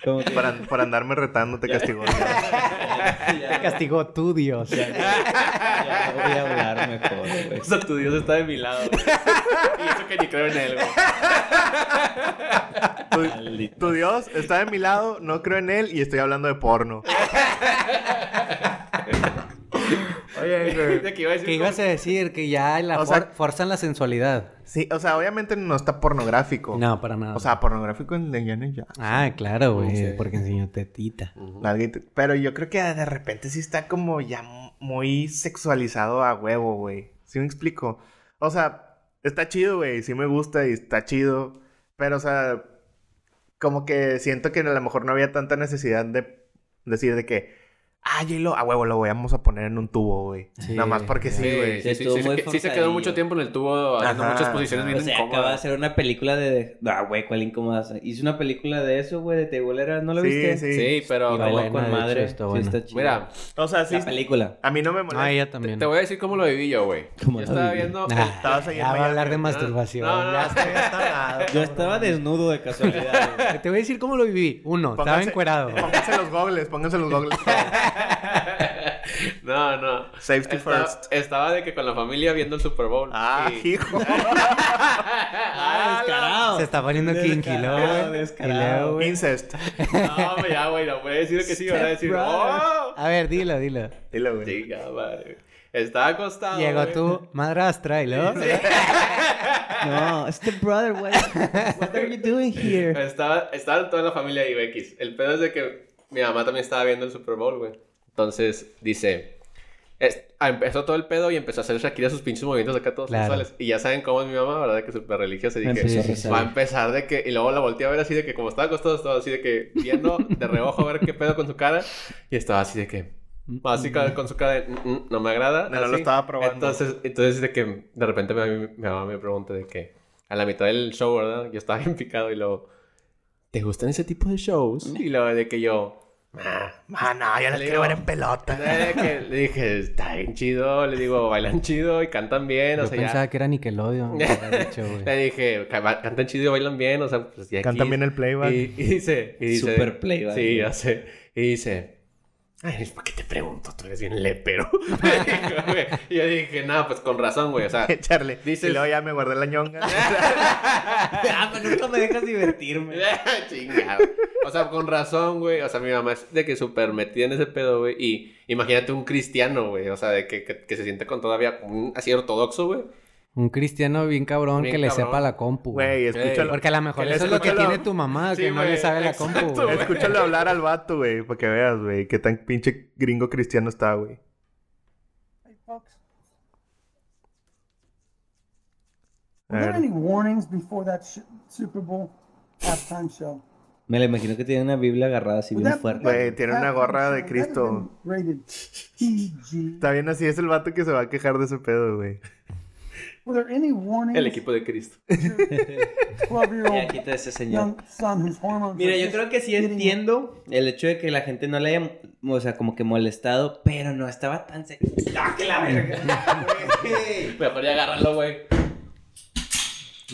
Como que...
Por, an- por andarme retando, te castigó. Dios.
Te castigó tú, Dios.
Ya, ya voy a hablar mejor, güey.
O sea, tu Dios está de mi lado, güey. Y eso que ni creo en él,
Tu,
güey.
tu Dios está de mi lado, no creo en él y estoy hablando de porno.
Oye,
De que iba a decir
¿Qué ibas a decir? Que ya la
O sea-
for- forzan la sensualidad.
Sí, o sea, obviamente no está pornográfico.
No, para nada.
O sea, pornográfico en de Janet ya.
ah, claro, güey.
Sí.
Porque enseñó tetita.
Nalguita. Pero yo creo que de repente sí está como ya mu- muy sexualizado a huevo, güey. ¿Sí me explico? O sea, está chido, güey. Sí me gusta y está chido. Pero, o sea, como que siento que a lo mejor no había tanta necesidad de decir de que, ah, J-Lo, a huevo lo vamos a poner en un tubo, güey.
Sí.
Nada más porque sí,
Sí,
güey.
sí, sí,
Estuvo
sí,
muy
se que- sí se quedó
forzadillo.
mucho tiempo en el tubo haciendo
Ajá,
muchas posiciones
ajá.
bien
O sea, acaba de
incómodas.
hacer una película de... Ah, güey, cuál incómoda. Hice una película de eso, güey, de Tebolera. ¿No lo
Sí,
viste?
sí.
Sí, pero...
Iba
Bailó
buena, de
con
hecho,
madre.
está
Sí,
buena.
está chido.
Mira,
O sea, sí.
la película.
A mí no me
Ah,
molesta.
ella también.
te voy a decir cómo lo viví yo, güey.
¿Cómo
Yo
lo
estaba
viví?
viendo...
Ah,
Estabas ahí en
ya va a
Miami.
hablar de
No,
masturbación.
no, no.
ya está.
Yo estaba desnudo de casualidad, güey.
Te voy a decir cómo lo viví. Uno, estaba
Pónganse-
encuerado.
Pónganse los gogles, pónganse los gogles.
No, no.
Safety
Estaba-
first.
Estaba de que con la familia viendo el Super Bowl.
Ah,
Y-
hijo.
Ah, la-
Se está poniendo kinky, ¿no,
Descarado,
güey?
descarado.
Y luego, güey.
Incest.
No, güey, ya, güey, no voy a decir que sí, voy a
Step
decir.
brother.
¡Oh!
A ver, dilo, dilo.
Dilo, güey.
Chinga, madre. Estaba acostado.
Llegó
Ah, güey.
tu madrastra y luego...
No, este brother, what, what are you doing here?
Estaba, estaba toda la familia ahí, güey, X. El pedo es de que mi mamá también estaba viendo el Super Bowl, güey. Entonces dice: Es- ah, empezó todo el pedo y empezó a hacer Shakira sus pinches movimientos acá todos
Claro.
sensuales. Y ya saben cómo es mi mamá, ¿verdad? Que es súper religiosa. Y
Me
dije,
empezó a
sí,
rezar.
va a empezar de que... Y luego la volteé a ver así de que como estaba acostado, estaba así de que viendo de reojo a ver qué pedo con su cara. Y estaba así de que... Así con, con su cara de... "Mm, mm, no me agrada.
No, no lo
así.
estaba probando.
Entonces, entonces de que de repente mi, mi mamá me pregunta de que... A la mitad del show, ¿verdad? Yo estaba bien picado y luego... ¿Te gustan ese tipo de shows? Y luego de que yo... "Ah,
Ah, no, yo
Le
les quiero
digo-
ver en pelota.
de que le dije, está bien chido, le digo, bailan chido y cantan bien, o
Yo
sea,
pensaba que era Nickelodeon. me hubiera dicho,
ya.
güey.
Le dije, "Ca- ba- cantan chido y bailan bien, o sea, pues ya.
Cantan bien el playback.
Y, y dice, y dice.
Super playback.
Sí, ya sé. Y dice. Ay, ¿para qué te pregunto? Tú eres bien lepero. Me dijo, güey. y yo dije, nada, pues con razón, güey. O sea,
Charlie.
Dices-
Y luego ya me guardé la ñonga.
Ah, pero nunca me dejas divertirme.
Chingado. O sea, con razón, güey. O sea, mi mamá es de que súper metida en ese pedo, güey. Y imagínate un cristiano, güey. O sea, de que, que, que se siente con todavía un- así ortodoxo, güey.
Un cristiano bien cabrón
Bien
que le
cabrón.
sepa la compu.
Güey, escúchalo.
Porque a lo mejor
que le
eso es lo que
sepa la-
tiene tu mamá,
Sí,
que no
güey,
le sabe la
exacto,
compu.
güey.
güey.
Escúchalo hablar al vato, güey, para que veas, güey, qué tan pinche gringo cristiano está, güey.
Hey, folks. Were there
A
any
ver.
warnings before that sh- Super Bowl halftime show?
Me la imagino que tiene una Biblia agarrada así
Would
bien
that-
fuerte.
Güey, tiene una
halftime
gorra
show
de
have
Cristo.
been Rated PG.
Está bien así, es el vato que se va a quejar de ese pedo, güey.
Were there any warnings?
El equipo de Cristo.
12-year-old
Ya quita ese señor.
young son whose hormones
Mira,
are
yo
just
creo que sí
getting-
entiendo el hecho de que la gente no le haya, o sea, como que molestado, pero no estaba tan se... ¡Ah, que la verga! Güey.
Mejor ya agárralo, güey.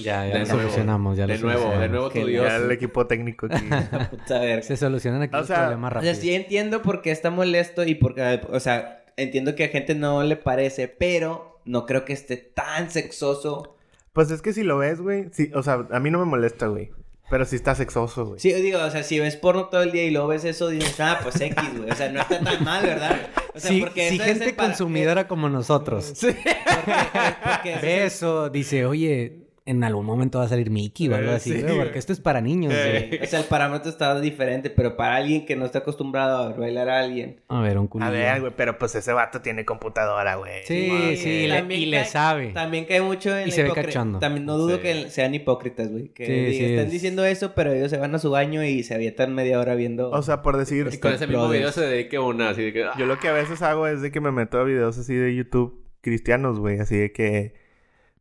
Ya,
De
ya lo
nuevo.
solucionamos. Ya lo
De nuevo, de
solucionamos.
nuevo tu
Genial.
Dios.
Ya el equipo técnico aquí.
Puta verga.
Se solucionan aquí
O
los
sea,
problemas
O
rápido.
sea, sí entiendo por qué está molesto y por qué, o sea, entiendo que a gente no le parece, pero no creo que esté tan sexoso.
Pues es que si lo ves, güey, sí, o sea, a mí no me molesta, güey. Pero sí está sexoso, güey.
Sí, digo, o sea, si ves porno todo el día y luego ves eso, dices, ah, pues X, güey, o sea, no está tan mal, ¿verdad? O sea,
Sí, si
eso es el
gente
para-
consumidora como nosotros
porque ese es
ve eso, dice, oye, en algún momento va a salir Mickey o algo
Eh,
así,
sí,
güey,
güey.
porque esto es para niños.
Eh.
güey.
O sea, el parámetro está diferente, pero para alguien que no está acostumbrado a ver bailar a alguien.
A ver, un culillo.
A ver, güey, pero pues ese vato tiene computadora, güey.
Sí, sí, le-
también
y le
cae-
sabe.
También cae mucho en
Y
la
se ve
hipocre-
cachondo.
También no dudo
Sí.
que sean hipócritas, güey. Que
Sí,
diga,
sí
están
es.
diciendo eso, pero ellos se van a su baño y se avientan media hora viendo.
O sea, por decir,
Y con ese mismo video se dedique una, así de que.
Yo lo que a veces hago es de que me meto a videos así de YouTube cristianos, güey. Así de que,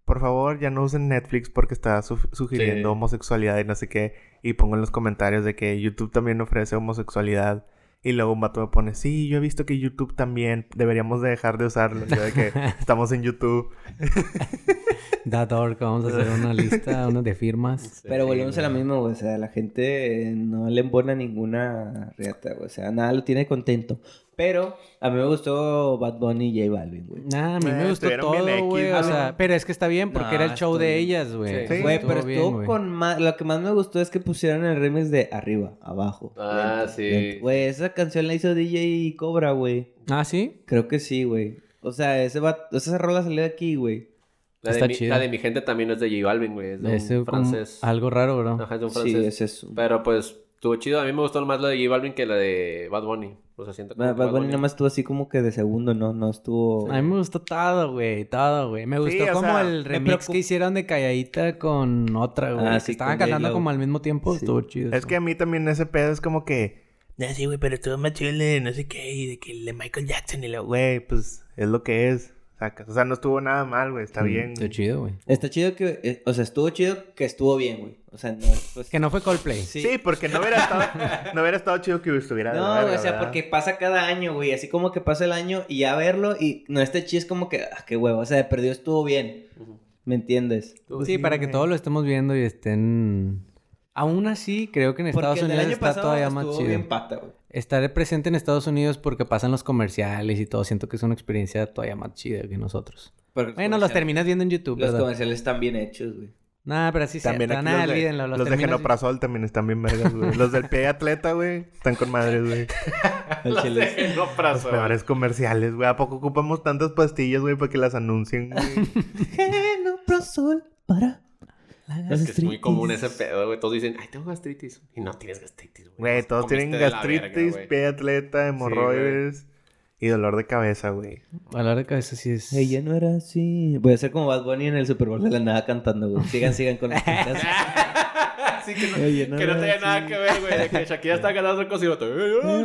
por favor, ya no usen Netflix porque está su- sugiriendo
Sí.
homosexualidad y no sé qué. Y pongo en los comentarios de que YouTube también ofrece homosexualidad. Y luego un vato me pone, sí, yo he visto que YouTube también. Deberíamos de dejar de usarlo. Yo de que estamos en YouTube.
Dot org, vamos a hacer una lista, una de firmas.
Pero volvemos
Este, Sí,
a lo
güey.
mismo, güey. O sea, la gente eh, no le embona ninguna reata, güey. O sea, nada lo tiene contento. Pero a mí me gustó Bad Bunny y J Balvin, güey.
Nah, a mí
Eh,
me gustó
estuvieron bien
todo,
X,
güey. O
¿no?
sea, pero es que está bien porque
Nah,
era el show
estuvo
de
bien.
ellas, güey.
Sí.
Entonces,
Güey, pero
bien,
estuvo
güey.
con más. Lo que más me gustó es que pusieron el remix de arriba, abajo.
Ah,
lento,
sí.
lento. Güey, esa canción la hizo DJ Cobra, güey.
Ah, ¿sí?
Creo que sí, güey. O sea, ese va... o sea, esa rola salió de aquí, güey.
La de,
Está
mi,
chido.
la de mi gente también es de J Balvin, güey. Es de un
Es como
francés.
algo raro, bro.
Ajá, es de un
Sí,
francés.
ese es un...
Pero pues, estuvo chido. A mí me gustó más la de J Balvin que la de Bad Bunny. O sea, siento como
Bad
que
Bunny nada más estuvo así como que de segundo, ¿no? No estuvo...
A mí me gustó todo, güey, todo, güey. Me
Sí,
gustó
o
como
sea,
el
me
remix
preocup-
que hicieron de Calladita con otra, güey.
Ah,
que
sí,
estaban
con
cantando
J-Lo.
como al mismo tiempo,
Sí.
estuvo chido.
Es que a mí también ese pedo es como que...
No, sí, güey, pero estuvo más chido el de no sé qué, y de que el de Michael Jackson y la
Güey, pues es lo que es. sacas. O sea, no estuvo nada mal, güey.
Mm,
Está bien.
Estuvo chido, güey.
Está chido que... eh, O sea, estuvo chido que estuvo bien, güey. O sea, no... pues-
Que no fue Coldplay.
Sí.
Sí, porque no hubiera estado, no hubiera estado chido que estuviera de la
No, güey,
verga,
o sea,
¿verdad?
porque pasa cada año, güey. Así como que pasa el año y ya verlo y no este chido es como que, ah, qué huevo. O sea, de perdido estuvo bien. ¿Me entiendes?
Sí, para que todos lo estemos viendo y estén... Aún así, creo que en Estados
Porque el
Unidos
del año
está
pasado
todavía más
estuvo
chido.
bien pata, güey.
Estar presente en Estados Unidos porque pasan los comerciales y todo. Siento que es una experiencia todavía más chida que nosotros.
Porque
Bueno, los
comerciales-
terminas viendo en YouTube,
Los
¿verdad?
comerciales están bien hechos, güey.
Nah, pero así se...
También aquí
Nada,
los de,
olvídenlo.
los
Los,
de
terminas-
Genoprazol también están bien vergas, güey. Los del pie atleta, güey, están con madres, güey.
Al chile.
No,
Los peores comerciales, güey. ¿A poco ocupamos tantas pastillas, güey, para que las anuncien, güey?
Genoprazol para las
Es que es muy común ese pedo, güey. Todos dicen, ay, tengo gastritis. Y no tienes gastritis, güey.
Güey, todos
Comiste
tienen
de la verga,
gastritis,
güey.
pie atleta, hemorroides. Y dolor de cabeza, güey.
A la hora de cabeza sí es.
Ella no era así. Voy a ser como Bad Bunny en el Super Bowl de la nada cantando, güey. Sigan, sigan con las chicas.
Así que no,
Oye, no,
que no tenía
sí.
nada que ver, güey. de Que Shakira está ganando el concierto. Eh, ah,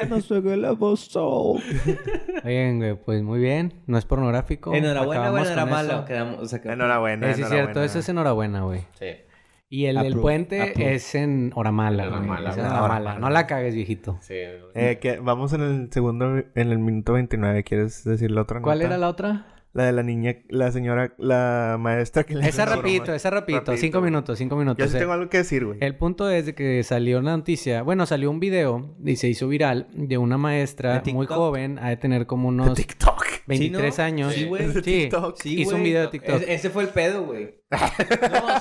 sí.
no soy la voz.
Oigan, güey, pues muy bien. No es pornográfico.
Enhorabuena,
Acabamos
bueno, era
con
malo.
eso.
Quedamos, o sea, que-
Enhorabuena,
Eh, sí, es cierto,
enhorabuena.
eso es enhorabuena, güey.
Sí.
Y el del
Approve,
puente
approve.
es en Oramala.
En
güey.
Oramala,
Es en
güey.
Oramala.
Oramala.
No la cagues, viejito.
Sí.
Eh, que vamos en el segundo, en el minuto 29. ¿Quieres decir la otra?
¿Cuál
nota?
era la otra?
La de la niña, la señora, la maestra que le
Esa
hizo la
rapidito,
broma.
esa rapidito.
Rapidito,
Cinco
güey.
minutos, cinco
Yo
minutos.
sí
eh.
tengo algo que decir, güey.
El punto es de que salió una noticia, bueno, salió un video y se hizo viral de una maestra
¿De
muy
TikTok?
joven, ha de tener como unos
TikTok.
23
¿Sí, no?
años.
Sí, güey.
Es de
Sí.
TikTok.
Sí,
Hizo
güey. E-,
un video de TikTok.
Ese- ese fue el pedo, güey. No,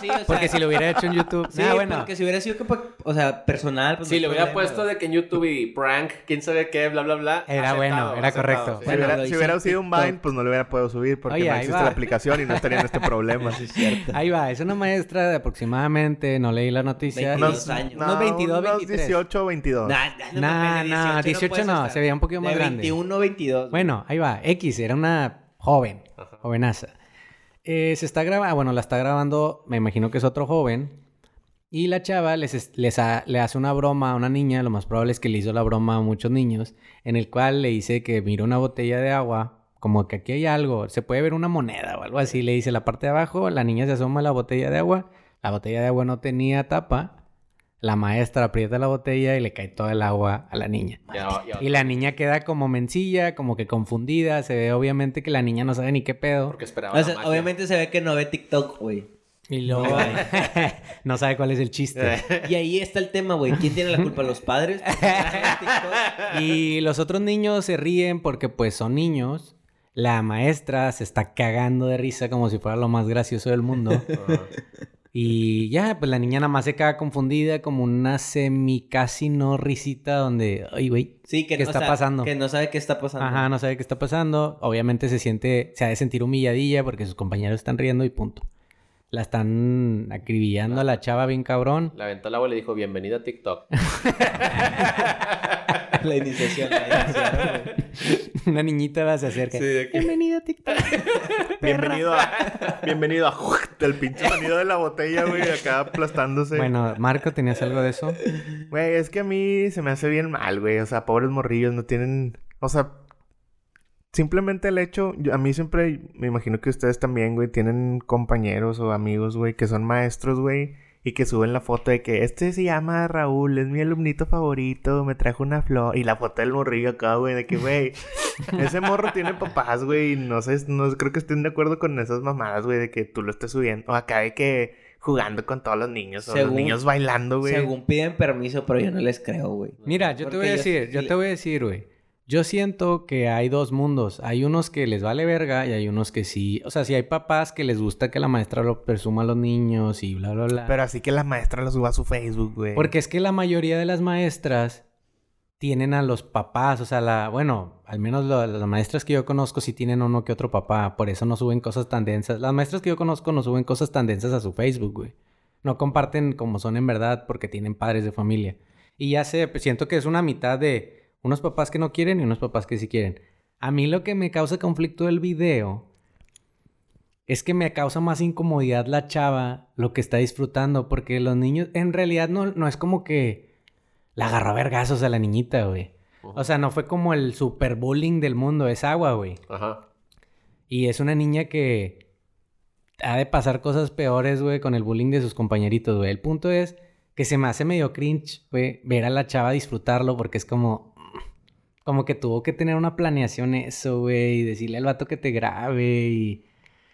sí, o sea.
Porque si lo hubiera hecho en YouTube.
Sí,
Nah, Ah, bueno.
porque si hubiera sido, como- o sea, personal. Pues
Si
no
le
hay
hubiera
problema,
puesto
güey.
de que en YouTube y prank, quién sabe qué, bla, bla, bla.
Era bueno, era correcto.
sí.
Si
Bueno,
hubiera,
lo
si
hice
hubiera
en
sido un
TikTok.
Vine, pues no lo hubiera podido subir porque
Oye,
no
ahí
existe
va.
la aplicación y no estaría en este problema.
Sí, es cierto.
Ahí va, es una maestra de aproximadamente, no leí la noticia.
22 años.
unos 22, 23.
18, 22.
Nah,
No, no, 18 no, se veía un poquito más grande.
21, 22. güey.
Bueno, ahí va. X era una joven, jovenaza. Eh, se está grabando, bueno, la está grabando, me imagino que es otro joven. Y la chava les, es- les ha- le hace una broma a una niña, lo más probable es que le hizo la broma a muchos niños, en el cual le dice que mira una botella de agua, como que aquí hay algo, se puede ver una moneda o algo así. Le dice la parte de abajo, la niña se asoma a la botella de agua, la botella de agua no tenía tapa, la maestra aprieta la botella y le cae todo el agua a la niña.
Ya, ya.
Y la niña queda como mencilla, como que confundida. Se ve obviamente que la niña no sabe ni qué pedo.
Porque esperaba.
O
la
sea,
magia.
obviamente se ve que no ve TikTok, güey.
Y luego no sabe cuál es el chiste.
Y ahí está el tema, güey. ¿Quién tiene la culpa? ¿Los padres? Porque no saben TikTok.
Y los otros niños se ríen porque pues son niños. La maestra se está cagando de risa como si fuera lo más gracioso del mundo. Y ya, pues la niña nada más se queda confundida como una semi casi no risita donde, ay güey,
Sí, que
¿Qué
no
está
sabe-
pasando?
Que no sabe qué está pasando.
ajá, no sabe qué está pasando. Obviamente se siente, se ha de sentir humilladilla porque sus compañeros están riendo y punto. La están acribillando a la chava bien cabrón.
La aventó la abuela y le dijo, bienvenida a TikTok.
La iniciación. La iniciación. güey.
Una niñita va, se acerca. Bienvenida a TikTok.
Bienvenido a... Bienvenido a... El pinche sonido de la botella, güey, acá aplastándose.
Bueno, Marco, ¿tenías algo de eso?
Güey, es que a mí se me hace bien mal, güey. O sea, pobres morrillos no tienen... O sea, simplemente el hecho... yo- a mí siempre, me imagino que ustedes también, güey, tienen compañeros o amigos, güey, que son maestros, güey. Y que suben la foto de que este se llama Raúl, es mi alumnito favorito, me trajo una flor. Y la foto del morrillo acá, güey, de que, güey, ese morro tiene papás, güey. y No sé, no creo que estén de acuerdo con esas mamadas, güey, de que tú lo estés subiendo. O acá de que jugando con todos los niños, o los
Según-
niños bailando, güey.
Según piden permiso, pero yo no les creo, güey.
Mira, yo te
Porque
voy a
yo-
decir, yo te voy a decir, güey. Yo siento que hay dos mundos. Hay unos que les vale verga y hay unos que sí. O sea, si hay papás que les gusta que la maestra lo presuma a los niños y bla, bla, bla.
Pero así que la maestra lo suba a su Facebook, güey.
Porque es que la mayoría de las maestras tienen a los papás, o sea, la, bueno, al menos lo- las maestras que yo conozco sí tienen uno que otro papá, por eso no suben cosas tan densas. Las maestras que yo conozco no suben cosas tan densas a su Facebook, güey. No comparten como son en verdad porque tienen padres de familia. Y ya sé, pues, siento que es una mitad de unos papás que no quieren y unos papás que sí quieren. A mí lo que me causa conflicto del video es que me causa más incomodidad la chava lo que está disfrutando, porque los niños en realidad no, no es como que la agarró a vergazos a la niñita, güey. O sea, no fue como el super bullying del mundo, es agua, güey.
Ajá.
Y es una niña que ha de pasar cosas peores, güey, con el bullying de sus compañeritos, güey. El punto es que se me hace medio cringe, güey, ver a la chava disfrutarlo porque es como... Como que tuvo que tener una planeación eso, güey, y decirle al vato que te grabe y...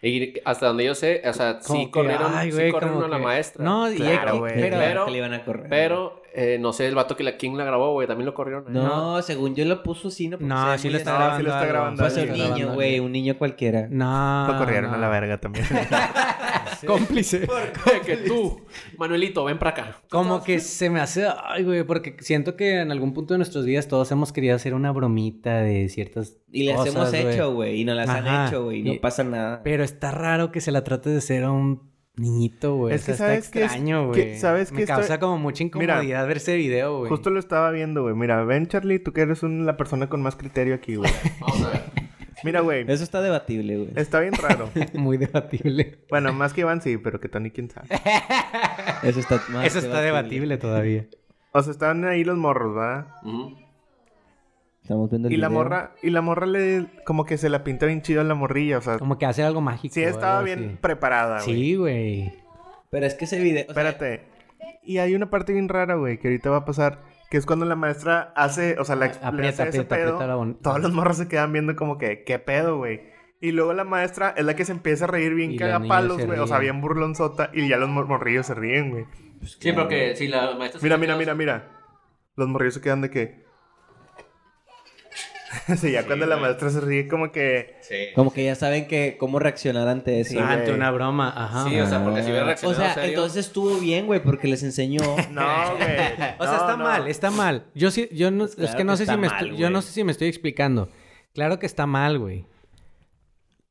Y hasta donde yo sé, o sea,
Como
sí
que,
corrieron,
ay,
sí
güey,
corrieron
como
a la
que-
maestra.
No, y-
Claro, güey.
pero-
Claro que le iban a correr.
Pero, eh, no sé, el vato que la, quién la grabó, güey, también lo corrieron. ¿eh?
No, según yo lo puso sí, ¿no? Porque se
No,
ve
sí
muy
lo está grabando.
desagradable.
sí lo está
algo.
grabando
Puede ser
Sí,
un
está
niño, güey, un niño cualquiera.
No.
lo corrieron a
Ah,
la
no.
verga también.
Cómplice.
que tú, Manuelito, ven para acá.
Como que se me hace, ay, güey, porque siento que en algún punto de nuestros días todos hemos querido hacer una bromita de ciertas
Y las
cosas,
hemos hecho, güey. Y no las han
Ajá.
hecho, güey. Y no
Y-
pasa nada.
Pero está raro que se la trate de ser un Niñito, güey.
Es
o sea,
que
está
sabes que es-
extraño,
que-
güey.
sabes que
Me
estoy-
causa como mucha
Mira,
incomodidad ver ese video, güey.
Justo lo estaba viendo, güey. Mira, ven, Charlie, tú que eres un- la persona con más criterio aquí, güey.
Vamos a ver.
Mira, güey.
Eso está debatible, güey.
Está bien raro.
Muy debatible.
Bueno, más que Iván sí, pero que Tony quién sabe.
Eso está más
Eso está debatible todavía.
O sea, estaban ahí los morros, ¿va?
Ujú.
Estamos viendo el
Y la
video.
morra, y la morra le como que se la pintó bien chido a la morrilla, o sea,
Como que hace algo mágico.
sí estaba
algo
bien
así.
preparada, güey.
Sí, güey.
Pero es que ese video. o sea,
Espérate. Y hay una parte bien rara, güey, que ahorita va a pasar, que es cuando la maestra hace, o sea, la,
A-
le
Aprieta,
hace ese
aprieta,
pedo.
aprieta la bon-
Todos los morros se quedan viendo como que, ¿qué pedo, güey? Y luego la maestra es la que se empieza a reír bien
Y los niños
cagapalos,
se
güey. O sea,
ríen.
bien burlonzota. Y ya los mor- morrillos se ríen, güey.
pues,
Sí, pero que si la maestra...
Mira, mira, mira, mira. Los morrillos se quedan de que... sí, ya cuando la maestra se ríe como que...
Sí.
Como que ya saben que cómo reaccionar ante eso. Ah.
Sí,
Ah,
güey.
Ante una broma, ajá.
Sí, o sea, porque si hubiera
O
reaccionado
sea,
serio-
entonces estuvo bien, güey, porque les enseñó.
No, güey.
O sea,
No,
está
no.
mal, está mal. Yo sí, yo no,
Pues
es
claro
que no
que
sé si
está
me
mal,
estoy, yo no
güey.
sé si me estoy explicando. Claro que está mal, güey.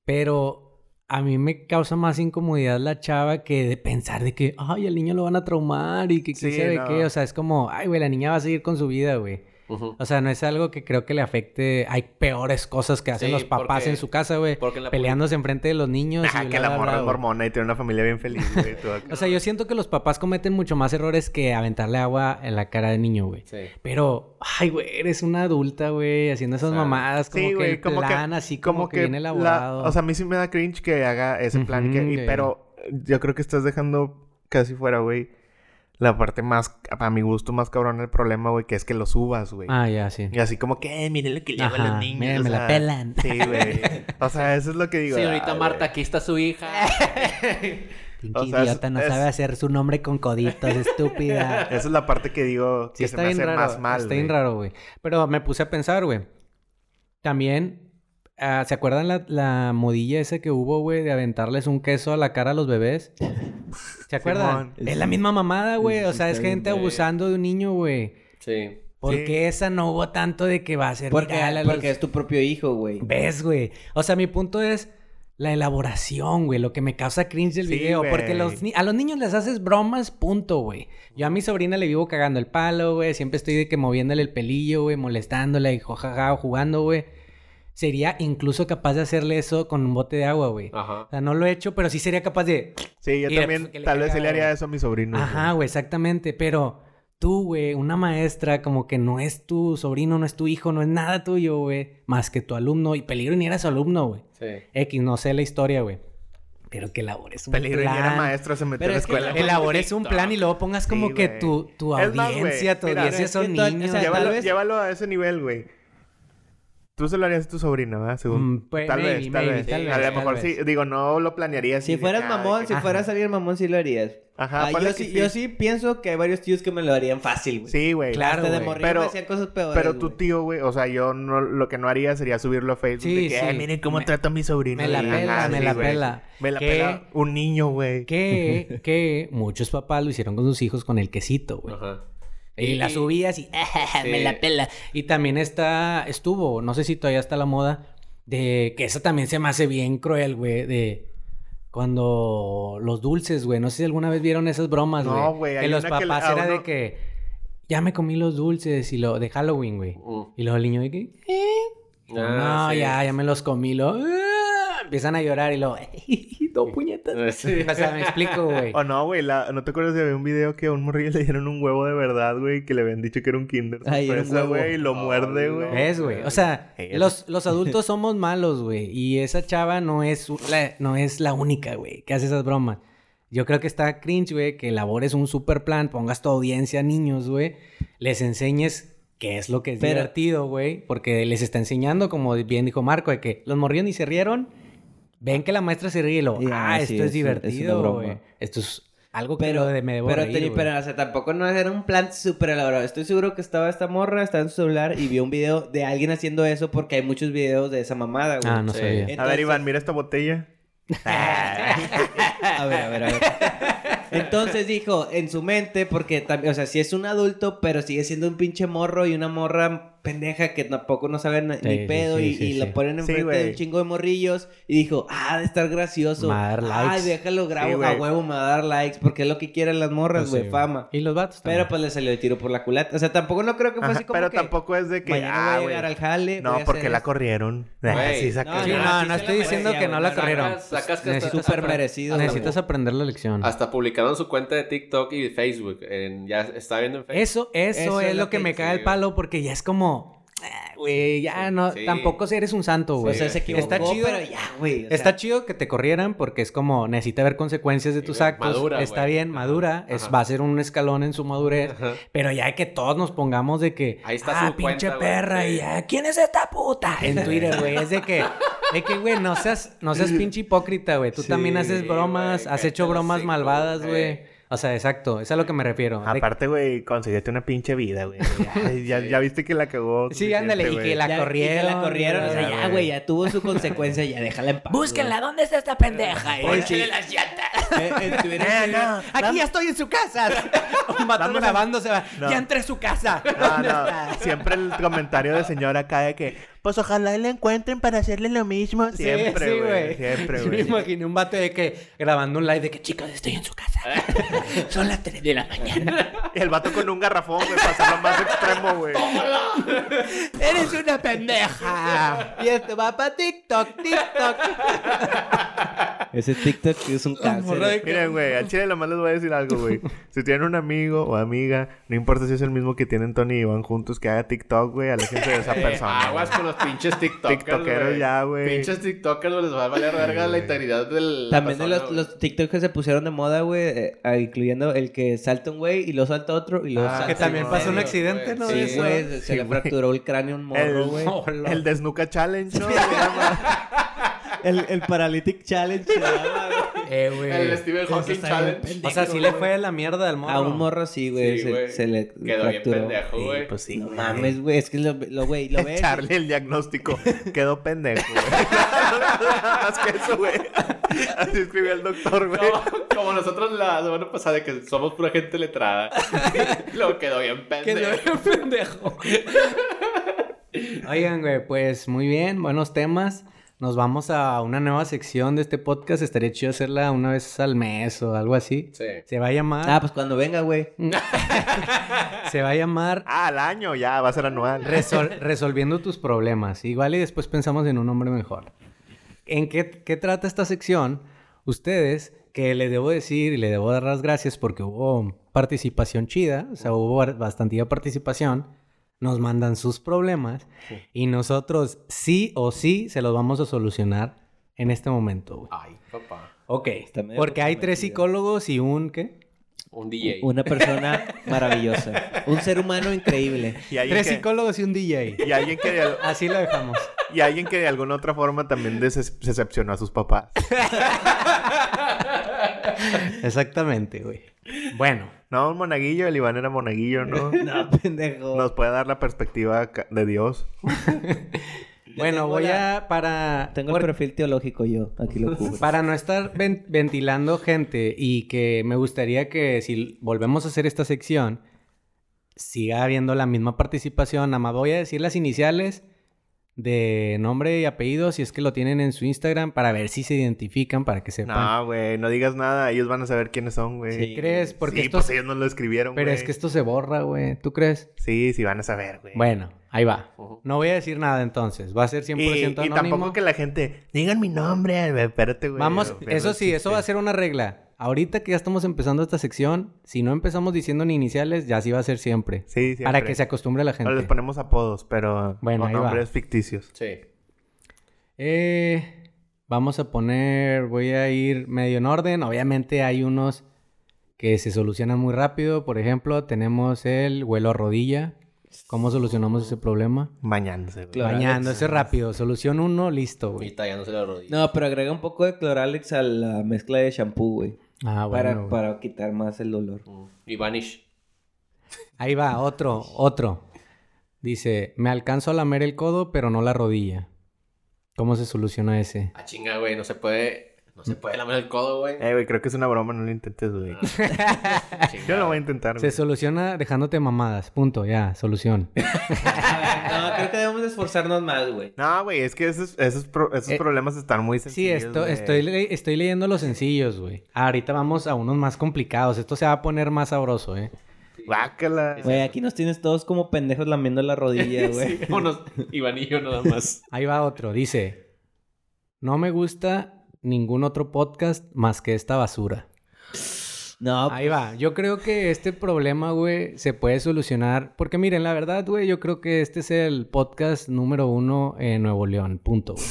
Pero a mí me causa más incomodidad la chava que de pensar de que, ay, al niño lo van a traumar y que quién
Sí,
sabe
no.
qué. O sea, es como, ay, güey, la niña va a seguir con su vida, güey.
Ujú.
O sea, no es algo que creo que le afecte. Hay peores cosas que hacen
Sí,
los papás
porque-
en su casa, güey.
porque en la
Peleándose enfrente de los niños.
Ah,
y
que
bla,
la
bla,
morra
bla, güey.
es mormona y tiene una familia bien feliz, güey. tú acá.
O sea, yo siento que los papás cometen mucho más errores que aventarle agua en la cara del niño, güey.
Sí.
Pero, ay, güey, eres una adulta, güey, haciendo esas
O sea,
mamadas, como que el plan así como, que, bien
la-
elaborado.
o sea, a mí sí me da cringe que haga ese plan.
Ujú,
que- y-
güey.
pero eh, yo creo que estás dejando casi fuera, güey. La parte más, a mi gusto, más cabrón del problema, güey, que es que lo subas, güey.
ah, ya, sí.
Y así como que, "Eh, miren lo que le hago a
Ajá,
los niños.
miren,
o
me la
sea,
pelan.
Sí, güey. O sea, eso es lo que digo.
Señorita
"Ay,
Marta,
güey".
aquí está su hija.
Pinche
o sea, es-
idiota, no
es-
sabe hacer su nombre con coditos, estúpida.
Esa es la parte que digo que
Sí,
se
está
me
bien
hace
raro.
más mal.
está bien
güey.
raro, güey. Pero me puse a pensar, güey. También, ah, ¿se acuerdan la, la modilla esa que hubo, güey, de aventarles un queso a la cara a los bebés? ¿Se acuerdan?
Simón.
Es la misma mamada, güey.
Sí,
O
sí,
sea, es
está bien,
gente
güey.
abusando de un niño, güey.
Sí.
¿Por
Sí.
qué esa no hubo tanto de que va a ser
Porque,
viral a los-
porque es tu propio hijo, güey.
¿Ves, güey? O sea, mi punto es la elaboración, güey, lo que me causa cringe del
Sí,
video.
güey.
Porque los ni- a los niños les haces bromas, punto, güey. Yo a mi sobrina le vivo cagando el palo, güey. Siempre estoy de que moviéndole el pelillo, güey, molestándola y jojaja, jugando, güey. Sería incluso capaz de hacerle eso con un bote de agua, güey.
Ah.
Ajá.
O sea, no lo he hecho, pero sí sería capaz de...
Sí, yo
Y le-
también,
pues, que le
tal vez
caiga,
sí le haría
güey.
eso a mi sobrino.
Ajá, güey, exactamente. Pero tú, güey, una maestra como que no es tu sobrino, no es tu hijo, no es nada tuyo, güey. Más que tu alumno. Y peligro ni era su alumno, güey.
Sí.
X, no sé la historia, güey. Pero que elabores un
Peligro y
pues, plan.
era maestra, se metió
Pero
a la
es que
escuela.
Elabores un plan y luego pongas como
Sí,
que
güey.
tu, tu
Es más, güey,
audiencia, tu
mira,
audiencia
es que
son
to- o
niños.
sea,
güey.
llévalo,
vez-
llévalo a ese nivel, güey. Tú se lo harías a tu sobrina, ¿verdad? Según.
Mm, pues,
tal,
maybe,
vez, tal
maybe,
vez,
tal vez,
A lo
tal
mejor
vez.
sí. Digo, no lo planearía así.
Si
de
fueras
que, ah, de
mamón,
que-
si fueras a salir mamón, sí lo harías.
Ajá,
Ah, yo,
ponle que
sí,
sí.
yo sí pienso que hay varios tíos que me lo harían fácil, güey.
Sí, güey.
Claro,
Hasta de
güey.
morrillo
Pero-
me hacían cosas peores.
Pero tu
güey.
tío, güey, o sea, yo no, lo que no haría sería subirlo a Facebook.
Sí,
de que,
sí.
"Ay, miren cómo
Me-
trato a mi sobrino.
me la
Ajá,
pela, me
sí,
la
güey.
pela.
Me la
¿Qué?
pela un niño, güey.
Que, que muchos papás lo hicieron con sus hijos con el quesito, güey.
Ajá.
Y la subías y "Ajaja, me
Sí.
la pela. Y también está, estuvo, no sé si todavía está la moda, de que eso también se me hace bien cruel, güey, de cuando los dulces, güey, no sé si alguna vez vieron esas bromas, güey.
No, güey,
Que
hay
los
una que le-
papás
a
era de
uno-
que ya me comí los dulces y lo de Halloween, güey.
Mm.
Y luego el niño de que, "Eh,
Ah,
no,
sí.
ya, ya me los comí, lo "Ah", empiezan a llorar y lo, dos puñetas.
Sí.
O sea, me explico, güey.
O no, güey, la- ¿no te acuerdas de había un video que a un morrillo le dieron un huevo de verdad, güey? Que le habían dicho que era un kinder
Ay, era un
sorpresa,
huevo. Oh,
güey, y lo muerde,
no.
güey.
¿Ves, güey? O sea,
Ey,
los, los adultos somos malos, güey. Y esa chava no es, u- la, no es la única, güey, que hace esas bromas. Yo creo que está cringe, güey, que elabores un super plan, pongas tu audiencia a niños, güey. Les enseñes qué es lo que es
Pero-
divertido, güey. Porque les está enseñando, como bien dijo Marco, de que los morrieron y se rieron. Ven que la maestra se ríe y lo,
Y, ah,
ah,
sí,
esto
es-
es,
es una
divertido,
broma".
güey. Esto es algo que
Pero,
lo de- me debo
pero,
reír,
Tony,
güey.
pero, o sea, tampoco no era un plan súper elaborado. Estoy seguro que estaba esta morra, estaba en su celular y vio un video de alguien haciendo eso porque hay muchos videos de esa mamada, güey.
Ah, no
Sí.
sabía.
Eh,
A ver,
entonces-
Iván, mira esta botella.
A ver, a ver, a ver. Entonces dijo, en su mente, porque también, o sea, si es un adulto, pero sigue siendo un pinche morro y una morra pendeja que tampoco no sabe na- ni
Sí, sí,
pedo
sí,
y,
sí,
y
sí.
la ponen
Sí,
enfrente de un
güey.
chingo de morrillos y dijo, ah, ha de estar gracioso.
Me va a dar
Ay,
likes.
déjalo grabo
Sí, güey.
a huevo, me va a dar likes porque es lo que quieren las morras,
Pues
güey,
sí,
fama.
Y los vatos
Pero
también.
pues le salió el tiro por la culata. O sea, tampoco no creo que fue
Ajá,
así como
pero
que
tampoco es de que.
mañana
ah,
voy a
güey.
llegar al jale. voy
No,
a
porque
hacer
la
esto.
corrieron. Ah,
Güey.
sí,
No,
saca-
Sí,
Ah,
no,
sí
no
se
estoy
la
diciendo
merecía,
que
güey,
no
no
la
la
corrieron.
hagas.
Sacas
Necesitas-
hasta,
Súper merecido.
Necesitas aprender la lección.
hasta publicaron su cuenta de TikTok y Facebook. en- ya está viendo en Facebook.
Eso, eso,
Eso
es lo que me cae el
sí,
palo porque ya es como, ah, güey, ya
Sí,
no,
sí.
tampoco si eres un santo,
O
güey.
sea, pues, se
Está
equivocó,
chido.
pero ya, güey. o sea,
Está chido que te corrieran porque es como necesita haber consecuencias de
Sí,
tus
güey,
actos.
madura,
Está
güey.
bien, madura, es,
Ajá.
va a ser un escalón en su madurez.
Ajá.
Pero ya que todos nos pongamos de que,
Ahí está
ah,
su
pinche
cuenta, güey,
perra,
sí.
y ah, ¿quién es esta puta? En Twitter, güey, es de que, de que, güey, no seas, no seas pinche hipócrita, güey. Tú también haces
güey,
bromas, has
cállate
hecho
el
bromas
hocico,
malvadas,
eh.
güey. O sea, exacto, es a lo que me refiero. De-
Aparte, güey, consiguiete una pinche vida, güey. Ay, Ya, ya viste que la cagó.
Sí, ándale, y
suficiente,
que
güey.
la
ya- y que
corrieron.
La corrieron. O sea, ya, güey, ya tuvo su consecuencia. Ya déjala en paz. güey.
¿dónde está esta pendeja?
Oye, sí. Eh, en Twitter
Eh, no,
Ah, Aquí ya estoy en su casa. Un vato
Vamos a-
grabando se va.
No.
Ya entré a su casa.
No, no. Siempre el comentario de señora cae que, pues ojalá y la encuentren para hacerle lo mismo.
Sí,
Siempre,
sí,
güey. siempre,
Yo me
güey.
imaginé un vato de que grabando un live de que chicos estoy en su casa. Son las 3 de la mañana.
Y el vato con un garrafón, güey, para hacerlo más extremo, güey.
¡Eres una pendeja! Y
este
esto va para TikTok, TikTok.
Ese TikTok es un cáncer.
Miren, güey, al chile nomás les voy a decir algo, güey. Si tienen un amigo o amiga, no importa si es el mismo que tienen Tony y Iván juntos, que haga TikTok, güey, aléjense de esa
Eh,
persona.
aguas con los pinches TikTokers.
Tiktokeros
güey.
ya, güey.
Pinches TikTokers les va a valer verga la integridad del.
También de los, los TikToks que se pusieron de moda, güey, eh, ah, incluyendo el que salta un güey y lo salta otro y lo
Ah,
salta
Que
que
también
otro.
pasó un
güey.
accidente, ¿no?
Sí,
De
Sí,
eso.
güey, se se le
güey.
fracturó el cráneo a un morro, güey.
El, el desnuca challenge, ¿no?
El, el Paralytic Challenge. se llama, güey.
Eh, güey.
El Stephen Hawking
está bien
Challenge.
pendejo,
O sea, sí le fue de la mierda al morro.
A un morro sí, güey.
Sí,
se,
güey.
se le
Quedó bien
fracturó.
pendejo,
Sí,
güey.
pues sí,
No
güey.
mames, güey. Es que lo, lo güey, lo ves.
Echarle el diagnóstico. Quedó pendejo, güey. Más que eso, güey. Así escribió el doctor, güey.
Como, como nosotros la semana pasada que somos pura gente letrada. Lo quedó bien
Que
pendejo.
se ve pendejo. Oigan, güey, pues muy bien, buenos temas. Nos vamos a una nueva sección de este podcast. Estaría chido hacerla una vez al mes o algo así.
Sí.
Se va a
Ah,
llamar.
pues cuando venga, güey.
se va a llamar
Ah, al año ya, va a ser anual.
Resol- Resolviendo tus problemas. Igual y después pensamos en un nombre mejor. ¿En qué, qué trata esta sección? Ustedes, que les debo decir y le debo dar las gracias porque hubo participación chida, o sea, hubo bar- bastante participación, nos mandan sus problemas y nosotros sí o sí se los vamos a solucionar en este momento, güey.
Ay, papá.
Ok,
Está medio
porque hay tres
comprometido.
psicólogos y un, ¿qué?
Un DJ.
Una persona maravillosa. Un ser humano increíble.
Y alguien
Tres
que-
psicólogos y un DJ.
Y alguien que de,
Así lo dejamos.
y alguien que de alguna otra forma también deces- decepcionó a sus papás.
Exactamente, güey. Bueno.
No, un monaguillo, el Iván era monaguillo, ¿no?
No, pendejo.
Nos puede dar la perspectiva ca- de Dios.
Bueno,
tengo
voy
la-
a para
Tengo
por-
el perfil teológico yo. Aquí lo cubro.
para no estar ven- ventilando gente y que me gustaría que si volvemos a hacer esta sección siga habiendo la misma participación. Nada más voy a decir las iniciales de nombre y apellido si es que lo tienen en su Instagram para ver si se identifican para que sepan.
No, güey, no digas nada. Ellos van a saber quiénes son, güey.
Sí.
¿Crees? Porque
sí,
esto
pues
se-
ellos no lo escribieron,
pero
güey.
es que esto se borra, güey. ¿Tú crees?
Sí, sí van a saber, güey.
Bueno, ahí va.
Ujú.
No voy a decir nada entonces. Va a ser 100%
y, y
anónimo.
tampoco que la gente... Digan mi nombre, güey, espérate, güey.
Vamos,
Pero
eso sí, eso va a ser una regla. Ahorita que ya estamos empezando esta sección, si no empezamos diciendo ni iniciales, ya así va a ser siempre.
Sí, siempre.
Para que se acostumbre la
O les
gente.
ponemos apodos, pero
Bueno,
bueno,
ahí va.
nombres ficticios.
Sí.
Eh, vamos a poner, voy a ir medio en orden. Obviamente hay unos que se solucionan muy rápido. Por ejemplo, tenemos el vuelo a rodilla. ¿Cómo solucionamos ese problema?
Bañándose, güey.
Claro.
Bañándose rápido. Solución uno, listo,
Y
güey.
tallándose la rodilla.
No, pero agrega un poco de cloralex a la mezcla de shampoo, güey.
Ah, bueno.
para,
güey.
para quitar más el dolor.
Mm. Y Vanish.
Ahí va, otro, otro. Dice, me alcanzo a lamer el codo, pero no la rodilla. ¿Cómo se soluciona ese?
Ah, chinga, güey. No se puede. No se puede lamer el codo, güey. Ah,
Eh, güey, creo que es una broma, no lo intentes, güey. Yo lo voy a intentar,
Se
güey.
soluciona dejándote mamadas. Punto, ya, solución.
No, creo que debemos de esforzarnos más, güey.
No, güey, es que esos, esos, pro- esos
Eh,
problemas están muy
Sí,
sencillos.
esto,
güey.
estoy, le- estoy leyendo los sencillos, güey. Ah, Ahorita vamos a unos más complicados. Esto se va a poner más sabroso, ¿eh?
Guácala.
Güey, aquí nos tienes todos como pendejos lamiendo la rodilla, güey.
Sí, vámonos, Iván y yo nada más.
Ahí va otro. Dice, no me gusta ningún otro podcast más que esta basura.
No,
Ahí va. Yo creo que este problema, güey, se puede solucionar. Porque miren, la verdad, güey, yo creo que este es el podcast número uno en Nuevo León. Punto, güey.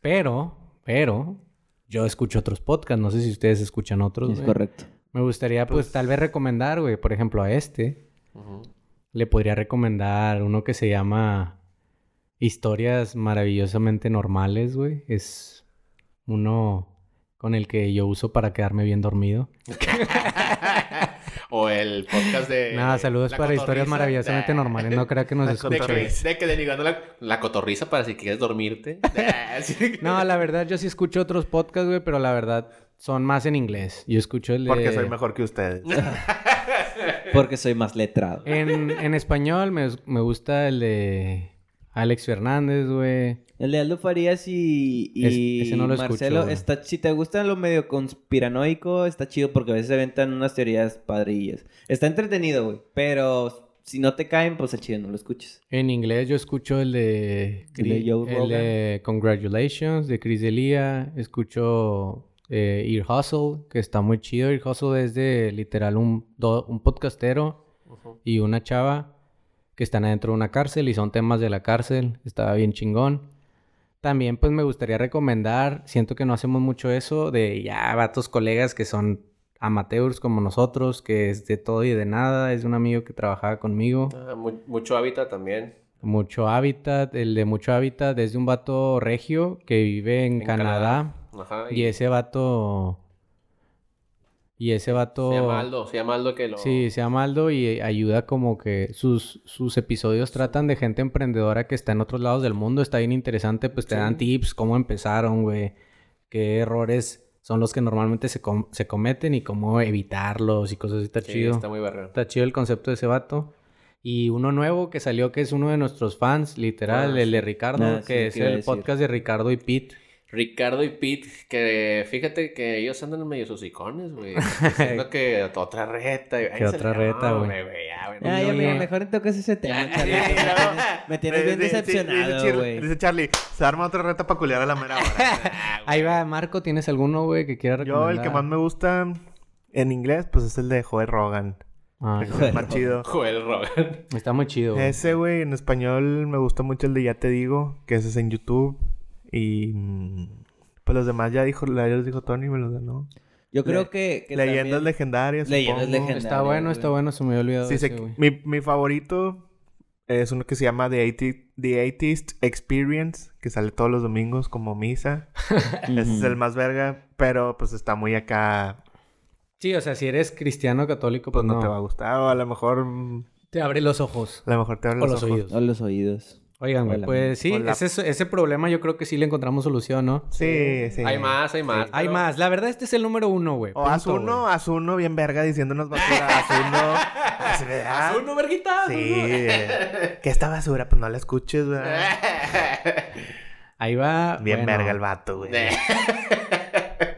Pero, pero, yo escucho otros podcasts. No sé si ustedes escuchan otros.
es
güey.
correcto.
Me gustaría, pues, tal vez recomendar, güey, por ejemplo, a este.
Ujú.
Le podría recomendar uno que se llama Historias Maravillosamente Normales, güey. Es uno con el que yo uso para quedarme bien dormido.
O el podcast
Eh,
de.
Nada, saludos
La
para Historias
Cotorrisa.
Maravillosamente
Nah.
Normales. No crea que nos
La
De
escuche.
que,
güey.
de que desligando la, la cotorriza para si quieres dormirte. Nah, sí.
No, la verdad, yo sí escucho otros podcasts, güey, pero la verdad son más en inglés. Yo escucho el de...
Porque soy mejor que ustedes.
Porque soy más letrado.
En, en español me, me gusta el de Alex Fernández, güey.
El de Aldo Farías y, y
Es- ese no lo escucho,
Marcelo,
güey.
está, si te gusta lo medio conspiranoico, está chido porque a veces se aventan unas teorías padrillas. Está entretenido, güey, pero si no te caen, pues el chido no lo escuches.
En inglés yo escucho el de,
El de Joe
el de Congratulations de Chris Delia, escucho eh, Ear Hustle, que está muy chido. Ear Hustle es de literal un, do- un podcastero y una chava que están adentro de una cárcel y son temas de la cárcel, estaba bien chingón. También pues me gustaría recomendar, siento que no hacemos mucho eso, de ya vatos colegas que son amateurs como nosotros, que es de todo y de nada, es un amigo que trabajaba conmigo.
Ah, mu- mucho hábitat también.
Mucho hábitat, el de mucho hábitat es de un vato regio que vive en,
En
Canadá,
Ajá.
y ese vato y ese vato
Se llama Aldo. Se llama Aldo que lo.
Sí, se llama Aldo y ayuda como que sus, sus episodios tratan de gente emprendedora que está en otros lados del mundo, está bien interesante, pues te dan tips, cómo empezaron, güey, qué errores son los que normalmente se, com- se cometen y cómo evitarlos y cosas así, está
Sí,
chido.
Está muy verga.
Está chido el concepto de ese vato. Y uno nuevo que salió, que es uno de nuestros fans, literal,
Ah,
el de Ricardo,
Ah, sí,
que
lo
es
que iba a
el
decir.
podcast de Ricardo y Pete.
Ricardo y Pete, que fíjate que ellos andan medio sus icones, güey. Diciendo que otra reta. y-
Que
Ay, se
otra
le-
reta,
no,
güey.
ya, güey, no.
Ah, ya,
Oye.
mira, mejor tocas ese tema, Charlie.
Sí, no.
Me tienes bien
Dice- dice- dice
decepcionado,
Char-
güey.
Dice Charlie, se arma otra reta para culiar a la mera hora.
Ahí va, Marco, ¿tienes alguno, güey, que quiera
Yo,
recomendar?
el que más me gusta en inglés, pues es el de Joe Rogan.
Ah,
Es el más chido.
Joel Rogan.
está muy chido. güey.
Ese, güey, en español me gusta mucho el de Ya Te Digo, que ese es en YouTube. Y. mm, Pues los demás ya dijo, ya los dijo Tony, me los ganó.
Yo creo
Le-
que... que
Leyendas
también-
legendarias.
Leyendas
supongo.
legendarias.
Está bueno, está
güey.
bueno, se me había olvidado
Sí,
ese,
sé que-
güey.
mi, mi favorito es uno que se llama The 80 The 80 Experience, que sale todos los domingos como misa. Ese es el más verga, pero pues está muy acá,
Sí, o sea, si eres cristiano católico,
pues
pues,
no,
no.
te va a gustar. O a lo mejor, mm,
Te abre los ojos
a lo mejor te abre
o los
los ojos.
oídos.
O los oídos.
Oigan, güey,
Hola.
pues sí,
Hola.
ese, ese problema yo creo que sí le encontramos solución, ¿no?
Sí, sí.
Hay más, hay más.
Hay
pero-
más. La verdad, este es el número uno, güey.
O
Punto,
haz uno,
güey.
haz uno bien verga diciéndonos basura. Haz uno. Así, ¿verdad?
Haz uno, verguita. haz
Sí.
uno.
eh, Que esta basura, pues no la escuches, ¿verdad?
Ahí va.
Bien
bueno.
verga el vato, güey.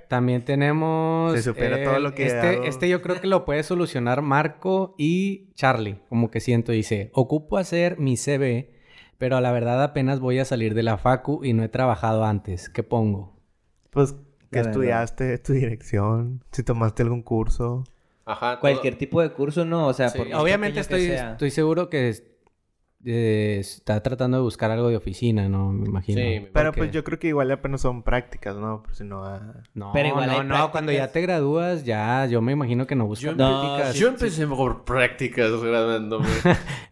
También tenemos.
Se supera todo lo que he dado.
Este, este yo creo que lo puede solucionar Marco y Charlie. Como que siento, dice: Ocupo hacer mi CV, pero la verdad apenas voy a salir de la FACU y no he trabajado antes. ¿Qué pongo?
Pues, ¿qué
La verdad.
estudiaste? ¿Tu dirección? ¿Si tomaste algún curso?
Ajá. todo-
Cualquier tipo de curso, no, o sea...
Sí.
por más
Obviamente
pequeño que
estoy,
sea.
estoy seguro que es- eh, está tratando de buscar algo de oficina, ¿no? Me imagino.
Sí, me-
Pero
Porque-
pues yo creo que igual apenas son prácticas, ¿no? Pero si no ah,
No,
Pero igual hay
no, no, cuando ya
prácticas.
te gradúas, ya, yo me imagino que no buscan
No,
prácticas.
Yo empecé por prácticas grabándome.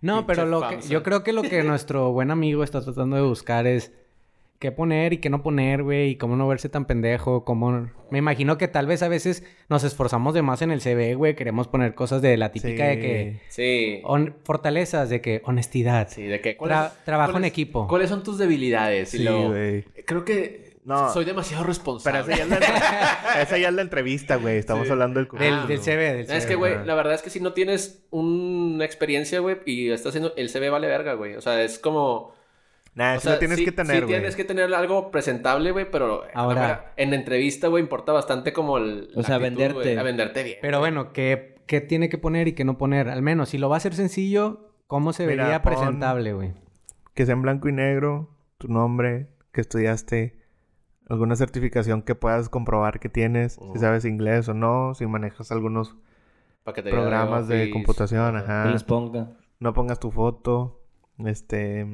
No, pero
Pinche
lo que,
famsa.
yo creo que lo que nuestro buen amigo está tratando de buscar es qué poner y qué no poner, güey, y cómo no verse tan pendejo, cómo... Me imagino que tal vez a veces nos esforzamos de más en el CV, güey, queremos poner cosas de la típica de
sí.
que...
Sí.
hon- Fortalezas, de que honestidad,
Sí, de que.
tra-
¿cuáles-
trabajo en
cuáles-
equipo.
¿Cuáles son tus debilidades? Y
Sí,
luego,
güey.
Creo que
No,
Soy demasiado
pero
responsable.
esa ya, es la, esa ya es la entrevista, güey. Estamos
Sí.
hablando del
Del,
currículum.
del CV, del CV.
Ah, Es que, güey,
ajá.
la verdad es que si no tienes una experiencia, güey, y estás haciendo... El CV vale verga, güey. O sea, es como...
Nah,
O
eso
sea,
Ah, lo tienes
sí-
que tener,
Sí
güey.
tienes que tener algo presentable, güey, pero...
Ahora.
Ahora... En entrevista, güey, importa bastante como el...
O
la
sea, venderte.
güey, A venderte bien.
Pero bueno, ¿qué, ¿qué tiene que poner y qué no poner? Al menos, si lo va a hacer sencillo, ¿cómo se
Mira,
vería
pon-
presentable, güey?
que sea en blanco y negro, tu nombre, que estudiaste, alguna certificación que puedas comprobar que tienes,
Ujú.
si sabes inglés o no, si manejas algunos
Pa' que te diga "Oh,
programas de
Office.
computación, ajá.
Que les ponga.
No pongas tu foto, este...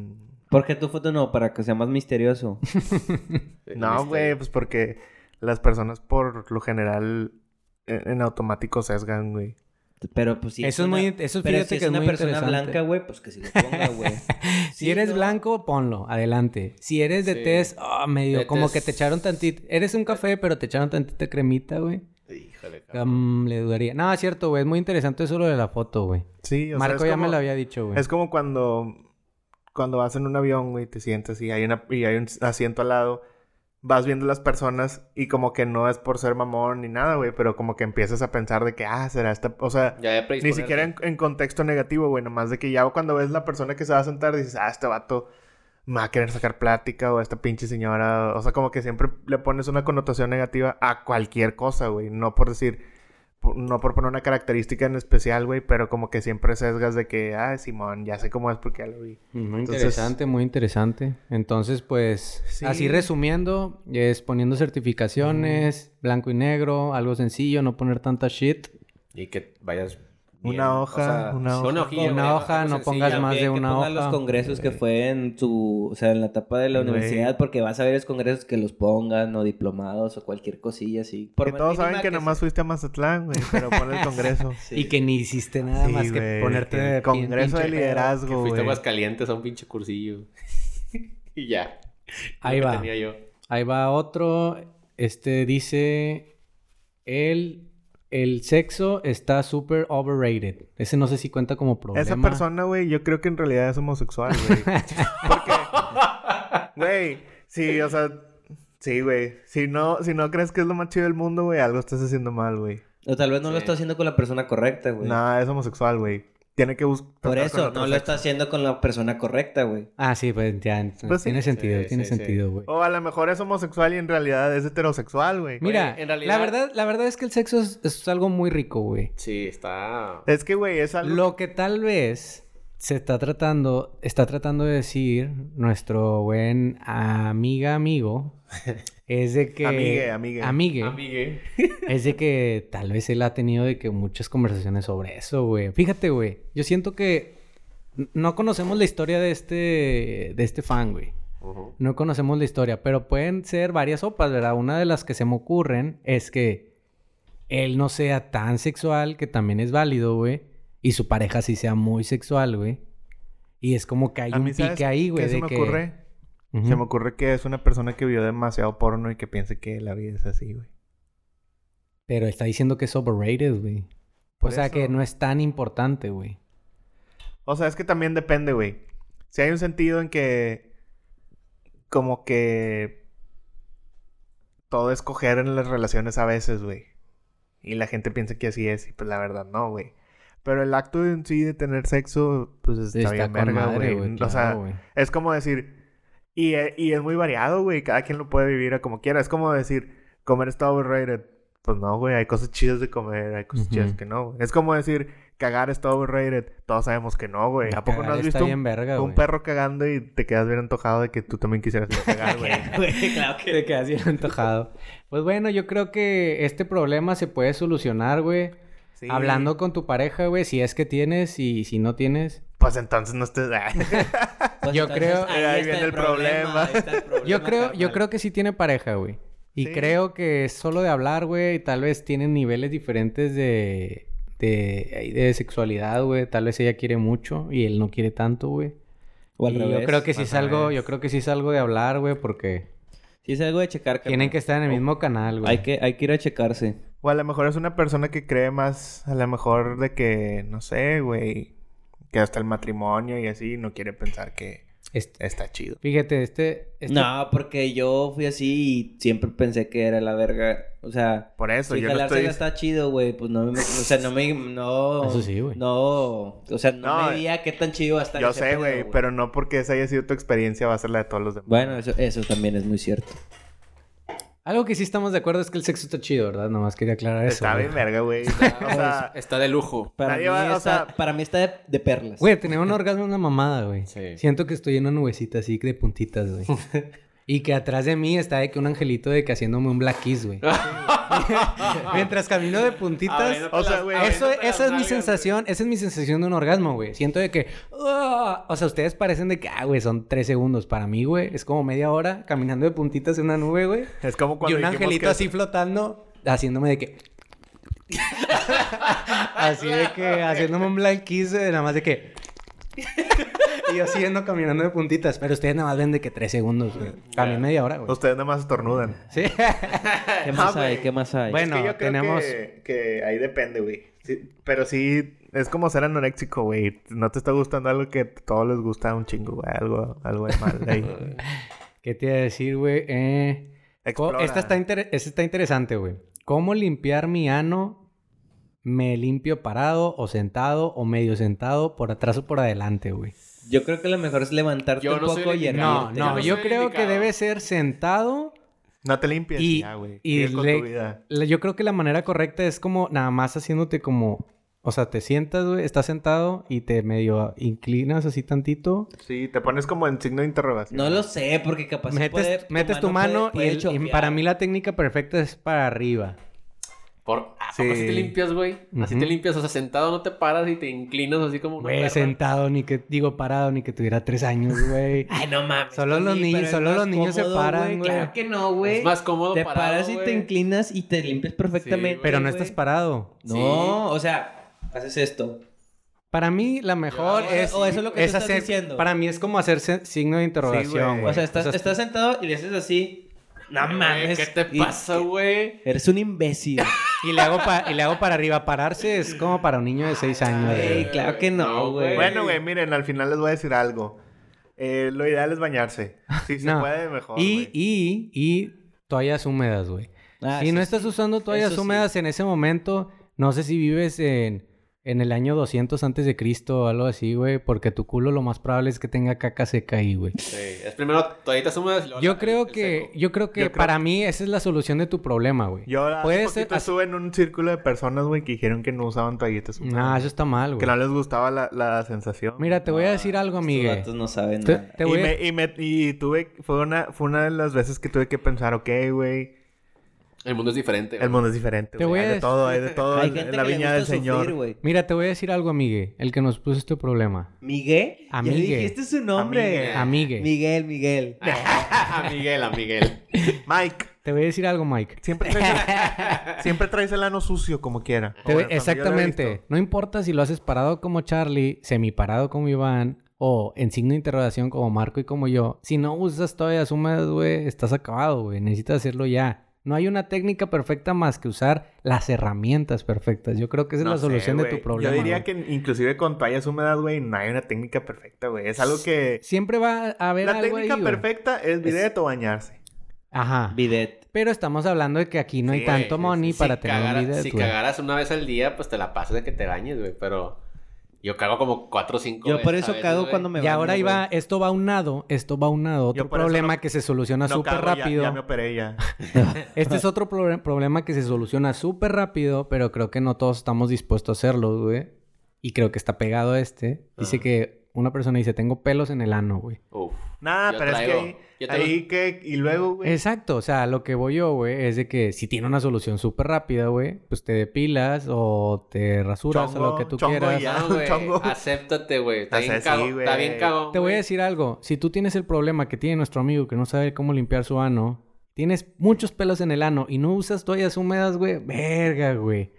Porque tu foto no, para que sea más misterioso.
Sí,
No,
eh, ¿viste?
güey, pues porque las personas por lo general e-, en, en automático sesgan, güey.
Pero pues sí.
Eso es muy- eso
pero
fíjate
si
que
es
es
una
muy
persona
interesante.
blanca, güey, pues que si lo ponga, güey.
Si eres blanco, ponlo, adelante. Si eres de
Sí.
tez, ah, medio
De
como que
tez-
te echaron tantito. Eres un café, pero te echaron tantita cremita, güey.
Híjole, cabrón.
Mm, le dudaría. No, es cierto, güey. Es muy interesante eso lo de la foto, güey.
Sí, o sea,
Marco
es
ya me
como-
lo había dicho, güey.
Es como cuando cuando vas en un avión, güey, te sientas y hay una y hay un asiento al lado, vas viendo las personas y como que no es por ser mamón ni nada, güey, pero como que empiezas a pensar de que ah, será esta, o sea,
Ya de
ni
predisponerte.
siquiera en, en contexto negativo, güey, nomás de que ya cuando ves la persona que se va a sentar dices, ah, este vato me va a querer sacar plática o esta pinche señora, o sea, como que siempre le pones una connotación negativa a cualquier cosa, güey, no por decir, por- no por poner una característica en especial, güey, pero como que siempre sesgas de que, ah, Simón, ya sé cómo es porque ya lo vi.
Muy
Entonces-
interesante, muy interesante. Entonces, pues,
Sí.
así resumiendo, es poniendo certificaciones, blanco y negro, algo sencillo, no poner tanta shit.
Y que vayas...
Una
bien,
hoja, una
sí,
hoja.
hojilla,
Una
güey,
hoja, no
sencilla,
pongas
güey.
más de una
ponga los
hoja.
congresos que fue en tu, o sea, en la etapa de la
Güey.
universidad, porque vas a ver los congresos que los pongan o diplomados o cualquier cosilla así. Por
que
más
todos
mínima
saben que,
sea.
nomás fuiste a Mazatlán, güey, pero pon el congreso.
Sí.
Y que ni hiciste nada
Sí,
más que
güey,
ponerte
que
de
el Congreso
pinche
de
pedo.
Que
liderazgo,
fuiste
güey.
más calientes a un pinche cursillo. y ya.
Ahí
Lo que
va.
tenía yo.
Ahí va otro. Este dice el el sexo está super overrated. Ese no sé si cuenta como problema.
Esa persona, güey, yo creo que en realidad es homosexual, güey. Porque, güey, sí, o sea, sí, güey. Si no, si no crees que es lo más chido del mundo, güey, algo estás haciendo mal, güey.
O tal vez no lo
Sí.
está haciendo con la persona correcta, güey.
Nada, es homosexual, güey. Tiene que buscar.
Por eso, no lo está haciendo con la persona correcta, güey.
Ah, sí, pues ya.
Pues sí.
tiene sentido,
Sí,
tiene
sí, sí.
sentido, güey.
O a lo mejor es homosexual y en realidad es heterosexual, güey.
Mira,
Güey, en realidad-
la verdad, la verdad es que el sexo es, es algo muy rico, güey.
Sí, está...
Es que, güey, es algo.
Lo que tal vez se está tratando, está tratando de decir nuestro buen amiga amigo, es de que
Amigue, amigue.
amigue,
Amigue.
es de que tal vez él ha tenido de que muchas conversaciones sobre eso, güey. Fíjate, güey, yo siento que n- no conocemos la historia de este, de este fan, güey.
Ujú.
No conocemos la historia, pero pueden ser varias sopas, ¿verdad? Una de las que se me ocurren es que él no sea tan sexual, que también es válido, güey. Y su pareja sí sea muy sexual, güey. Y es como que hay
A
un
mí, ¿sabes
pique ahí, güey.
¿Qué se
de
me
que...
ocurre?
Ujú.
Se me ocurre que es una persona que vio demasiado porno y que piense que la vida es así, güey.
Pero está diciendo que es overrated, güey. O
Por
sea, que
eso.
no es tan importante, güey.
O sea, es que también depende, güey. Si hay un sentido en que. Como que. Todo es coger en las relaciones a veces, güey. Y la gente piensa que así es, y pues la verdad no, güey. Pero el acto en sí de tener sexo, pues está, bien
con
verga,
madre,
güey. o
claro,
sea,
güey.
es como decir. Y, e- y es muy variado, güey. Cada quien lo puede vivir a como quiera. Es como decir, comer está overrated. Pues no, güey. Hay cosas chidas de comer, hay cosas chidas
Ujú.
que no. güey. Es como decir, cagar está overrated. Todos sabemos que no, güey. ¿A poco no
Cagar
has
está
visto
bien
un,
verga,
un
güey.
perro cagando y te quedas bien antojado de que tú también quisieras ir a cagar, güey?
Güey, claro
Te quedas bien antojado. Pues bueno, yo creo que este problema se puede solucionar, güey.
Sí.
Hablando con tu pareja, güey, si es que tienes y si no tienes.
Pues entonces no estés.
Pues
Yo
entonces,
creo-
Ahí viene el problema.
ahí está el problema,
Yo creo, yo
carnal.
creo que sí tiene pareja, güey. Y
Sí.
creo que es solo de hablar, güey. y Tal vez tienen niveles diferentes de, de, ahí de sexualidad, güey. Tal vez ella quiere mucho y él no quiere tanto, güey.
O al
Y
revés.
Yo creo que sí
al
es algo,
revés.
yo creo que sí es algo de hablar, güey, porque
Sí, es algo de checar,
tienen que estar
Oh.
en el mismo canal, güey.
Hay que, hay que ir a checarse.
o a lo mejor es una persona que cree más, a lo mejor de que, no sé, güey. Que hasta el matrimonio y así no quiere pensar que.
Este-
Está chido.
fíjate, este, este-
No, porque yo fui así y siempre pensé que era la verga. O sea,
Por eso,
si
yo no
jalársela
estoy...
está chido, güey, pues no me... O sea, no me... No...
Eso sí, güey.
No... O sea, no,
No,
me veía qué tan chido va a estar
Yo
ese
sé,
pedo,
güey, pero no porque esa haya sido tu experiencia va a ser la de todos los demás.
Bueno, eso, eso también es muy cierto.
Algo que sí estamos de acuerdo es que el sexo está chido, ¿verdad? Nomás quería aclarar eso.
Está
güey.
bien verga, güey. O sea,
Está de lujo.
Para,
Nadie
mí,
va- o
está,
sea-
para mí está de, de perlas.
Güey, tener un orgasmo es una mamada, güey.
Sí.
Siento que estoy en una nubecita así de puntitas, güey. y que atrás de mí está de que un angelito de que haciéndome un black kiss, güey. Mientras camino de puntitas.
o sea, güey,
Eso, esa es mi sensación, esa es mi sensación de un orgasmo, güey. Siento de que, ah, o sea, ustedes parecen de que, ah, güey, son tres segundos. Para mí, güey, es como media hora caminando de puntitas en una nube, güey.
es como
Y
cuando
un
dijimos
angelito
que-
así flotando, haciéndome de que... así de que, haciéndome un black kiss, eh, nada más de que... y yo siguiendo caminando de puntitas. Pero ustedes nada más ven de que tres segundos, güey. A mí media hora, güey.
Ustedes nada más estornudan.
Sí.
¿Qué más
Ah,
hay?
güey.
¿Qué más hay?
Bueno,
Es que yo creo
tenemos-
que, que ahí depende, güey. Sí, pero sí, es como ser anoréxico, güey. No te está gustando algo que a todos les gusta un chingo, güey. Algo, algo de mal ahí.
¿Qué te iba a decir, güey? Eh... Co-
Explora.
Esta está, inter- esta está interesante, güey. ¿Cómo limpiar mi ano? ¿Me limpio parado o sentado o medio sentado por atrás o por adelante, güey?
Yo creo que lo mejor es levantarte
Yo
un
no soy
poco
el
y
No,
hervirte.
Yo
no,
no
yo
soy
creo que
indicado.
debe ser sentado.
No te limpies
Y-
y ya, güey.
y
Sigue con
le-
tu vida.
La- Yo creo que la manera correcta es como nada más haciéndote como... O sea, te sientas, güey, estás sentado y te medio inclinas así tantito.
Sí, te pones como en signo de interrogación.
No lo sé, porque capaz
metes
Pues puede-
metes tu mano,
puede-
y el-
puede
y,
chopear.
para mí la técnica perfecta es para arriba.
Por... ¿A
Sí.
poco así te limpias, güey? Así
Ujú.
te limpias. O sea, sentado no te paras y te inclinas así como... una
Güey,
perra.
sentado, ni que... Digo, parado, ni que tuviera tres años, güey.
Ay, no mames.
Solo
Tony,
los
pero
niños-
es
solo
más
los niños se
cómodo,
paran, güey.
Claro que no, güey.
Es más cómodo
Te
parado,
paras y te
güey.
inclinas y te limpias perfectamente.
güey.
Pero no
güey.
estás parado.
No,
Sí.
o sea, haces esto.
Para mí, la mejor
o-
es.
o eso es lo que tú estás
hacer-
diciendo.
Para mí es como hacer se- signo de interrogación,
güey.
güey. pues
O sea, estás, estás sentado y le haces así. No
Güey,
mames.
¿Qué te
Y-
pasa, güey?
Eres un imbécil.
Y le, hago pa- y le hago para arriba. Pararse es como para un niño de
Ah,
6 años.
Ey,
güey.
claro que no,
No,
güey.
güey.
Bueno, güey, miren, al final les voy a decir algo. Eh, lo ideal es bañarse. Si se
No.
puede, mejor.
y,
güey.
y, y toallas húmedas, güey.
Ah,
si
sí,
no
sí.
estás usando toallas
Eso sí.
húmedas en ese momento, no sé si vives en, en el año 200 antes de Cristo o algo así, güey. Porque tu culo lo más probable es que tenga caca seca ahí, güey.
Sí. Es primero toallitas húmedas y luego
Yo
la-
creo,
el
que,
seco.
yo creo que
Yo creo-
para mí esa es la solución de tu problema, güey.
Yo hace
Puede
poquito
ser- hace-
estuve en un círculo de personas, güey, que dijeron que no usaban toallitas. güey.
No, eso está mal, Mm, güey.
que no les gustaba la, la sensación.
Mira, te voy a decir algo,
Estos
Miguel.
vatos no saben
Te,
nada.
te
y,
voy a-
me, y me- y tuve, fue una, fue una de las veces que tuve que pensar, ok, güey,
El mundo es diferente, güey.
el mundo es diferente,
Te
güey,
voy a
hay de
decir-
todo, hay de todo,
Hay
en-
gente
en la
que le
viña
gusta
del
sufrir,
señor.
güey.
Mira, te voy a decir algo, Miguel, el que nos puso este problema.
Miguel.
Amigue.
Ya le dijiste su nombre.
Amigue.
Miguel, Miguel.
a Miguel, a Miguel.
Mike,
Te voy a decir algo, Mike.
siempre traes, siempre traes el ano sucio como quiera.
Te
Bueno,
voy-
cuando yo lo he
Exactamente.
visto.
No importa si lo haces parado como Charlie, semiparado como Iván o en signo de interrogación como Marco y como yo. Si no usas toallas húmedas, güey, estás acabado, güey. Necesitas hacerlo ya. No hay una técnica perfecta más que usar las herramientas perfectas. Yo creo que esa
No
es la
sé,
solución de
güey.
tu problema.
Yo diría
güey.
que inclusive con toallas húmedas, güey, no hay una técnica perfecta, güey. Es algo que...
siempre va a haber
La
algo
técnica
ahí, güey.
perfecta es bidet o bañarse.
Ajá.
Bidet.
Pero estamos hablando de que aquí no hay
Sí,
tanto
sí,
money para tener
cagara-
un bidet,
Si
güey.
cagaras una vez al día, pues te la pasas de que te bañes, güey. Pero yo cago como cuatro o cinco
Yo
veces
por
a
eso
veces,
cago
güey.
cuando me
Y ahora
baño,
iba,
güey.
esto va unado, esto va unado. Otro
por eso
problema
no-
que se soluciona
No
súper
cago, ya-
rápido.
ya me operé ya.
Este es otro proble- problema que se soluciona súper rápido, pero creo que no todos estamos dispuestos a hacerlo, güey. Y creo que está pegado a este. Dice
Ah.
Ajá.
que una persona dice, tengo pelos en el ano, güey.
Uf.
Nada,
Yo
pero
traigo-
es que ahí,
yo traigo-
ahí que... Y luego, güey.
Exacto, o sea, lo que voy yo, güey, es de que si tiene una solución súper rápida, güey, pues te depilas o te rasuras o lo
Chongo,
que tú
chongo y
quieras.
ya.
No, güey.
Chongo.
Acéptate, güey. Está
O
bien
sea, sí,
cago.
güey.
Está bien cago.
Te voy a
güey.
decir algo. Si tú tienes el problema que tiene nuestro amigo que no sabe cómo limpiar su ano, tienes muchos pelos en el ano y no usas toallas húmedas, güey. Verga, güey.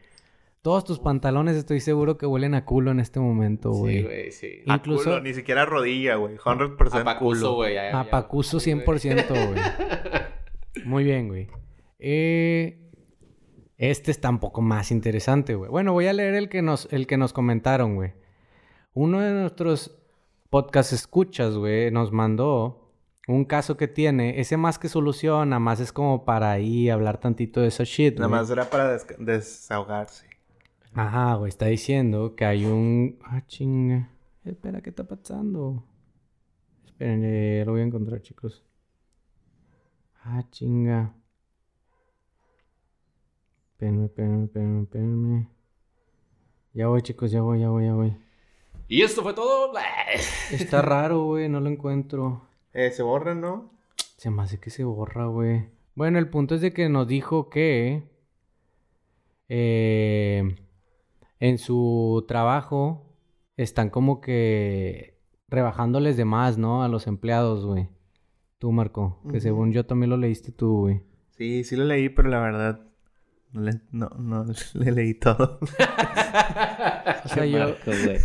Todos tus pantalones estoy seguro que huelen a culo en este momento,
Sí,
güey.
güey, sí.
Ah,
A
Incluso-
culo, ni siquiera rodilla, güey. 100%
A Pacuso,
culo.
güey. ya- ya-
a Pacuso
sí, güey.
100%, güey. Muy bien, güey. Eh, este está un poco más interesante, güey. Bueno, voy a leer el que nos, el que nos comentaron, güey. Uno de nuestros podcast escuchas, güey, nos mandó un caso que tiene. Ese más que solución, nada más es como para ahí hablar tantito de esa shit.
Nada
güey.
más era para desca- desahogarse.
Ajá, güey, está diciendo que hay un. Ah, chinga. Espera, ¿qué está pasando? Esperen, eh, lo voy a encontrar, chicos. Ah, chinga. Espérenme, espérenme, espérenme, espérenme. Ya voy, chicos, ya voy, ya voy, ya voy.
Y esto fue todo.
Está raro, güey, no lo encuentro.
Eh, se borran, ¿no?
Se me hace que se borra, güey. Bueno, el punto es de que nos dijo que eh, en su trabajo están como que rebajándoles de más, ¿no? A los empleados, güey. Tú, Marco, que
Ujú.
según yo también lo leíste tú, güey.
Sí, sí lo leí, pero la verdad no le, no, no le leí todo.
Ah,
O sea, yo,
Marco, güey.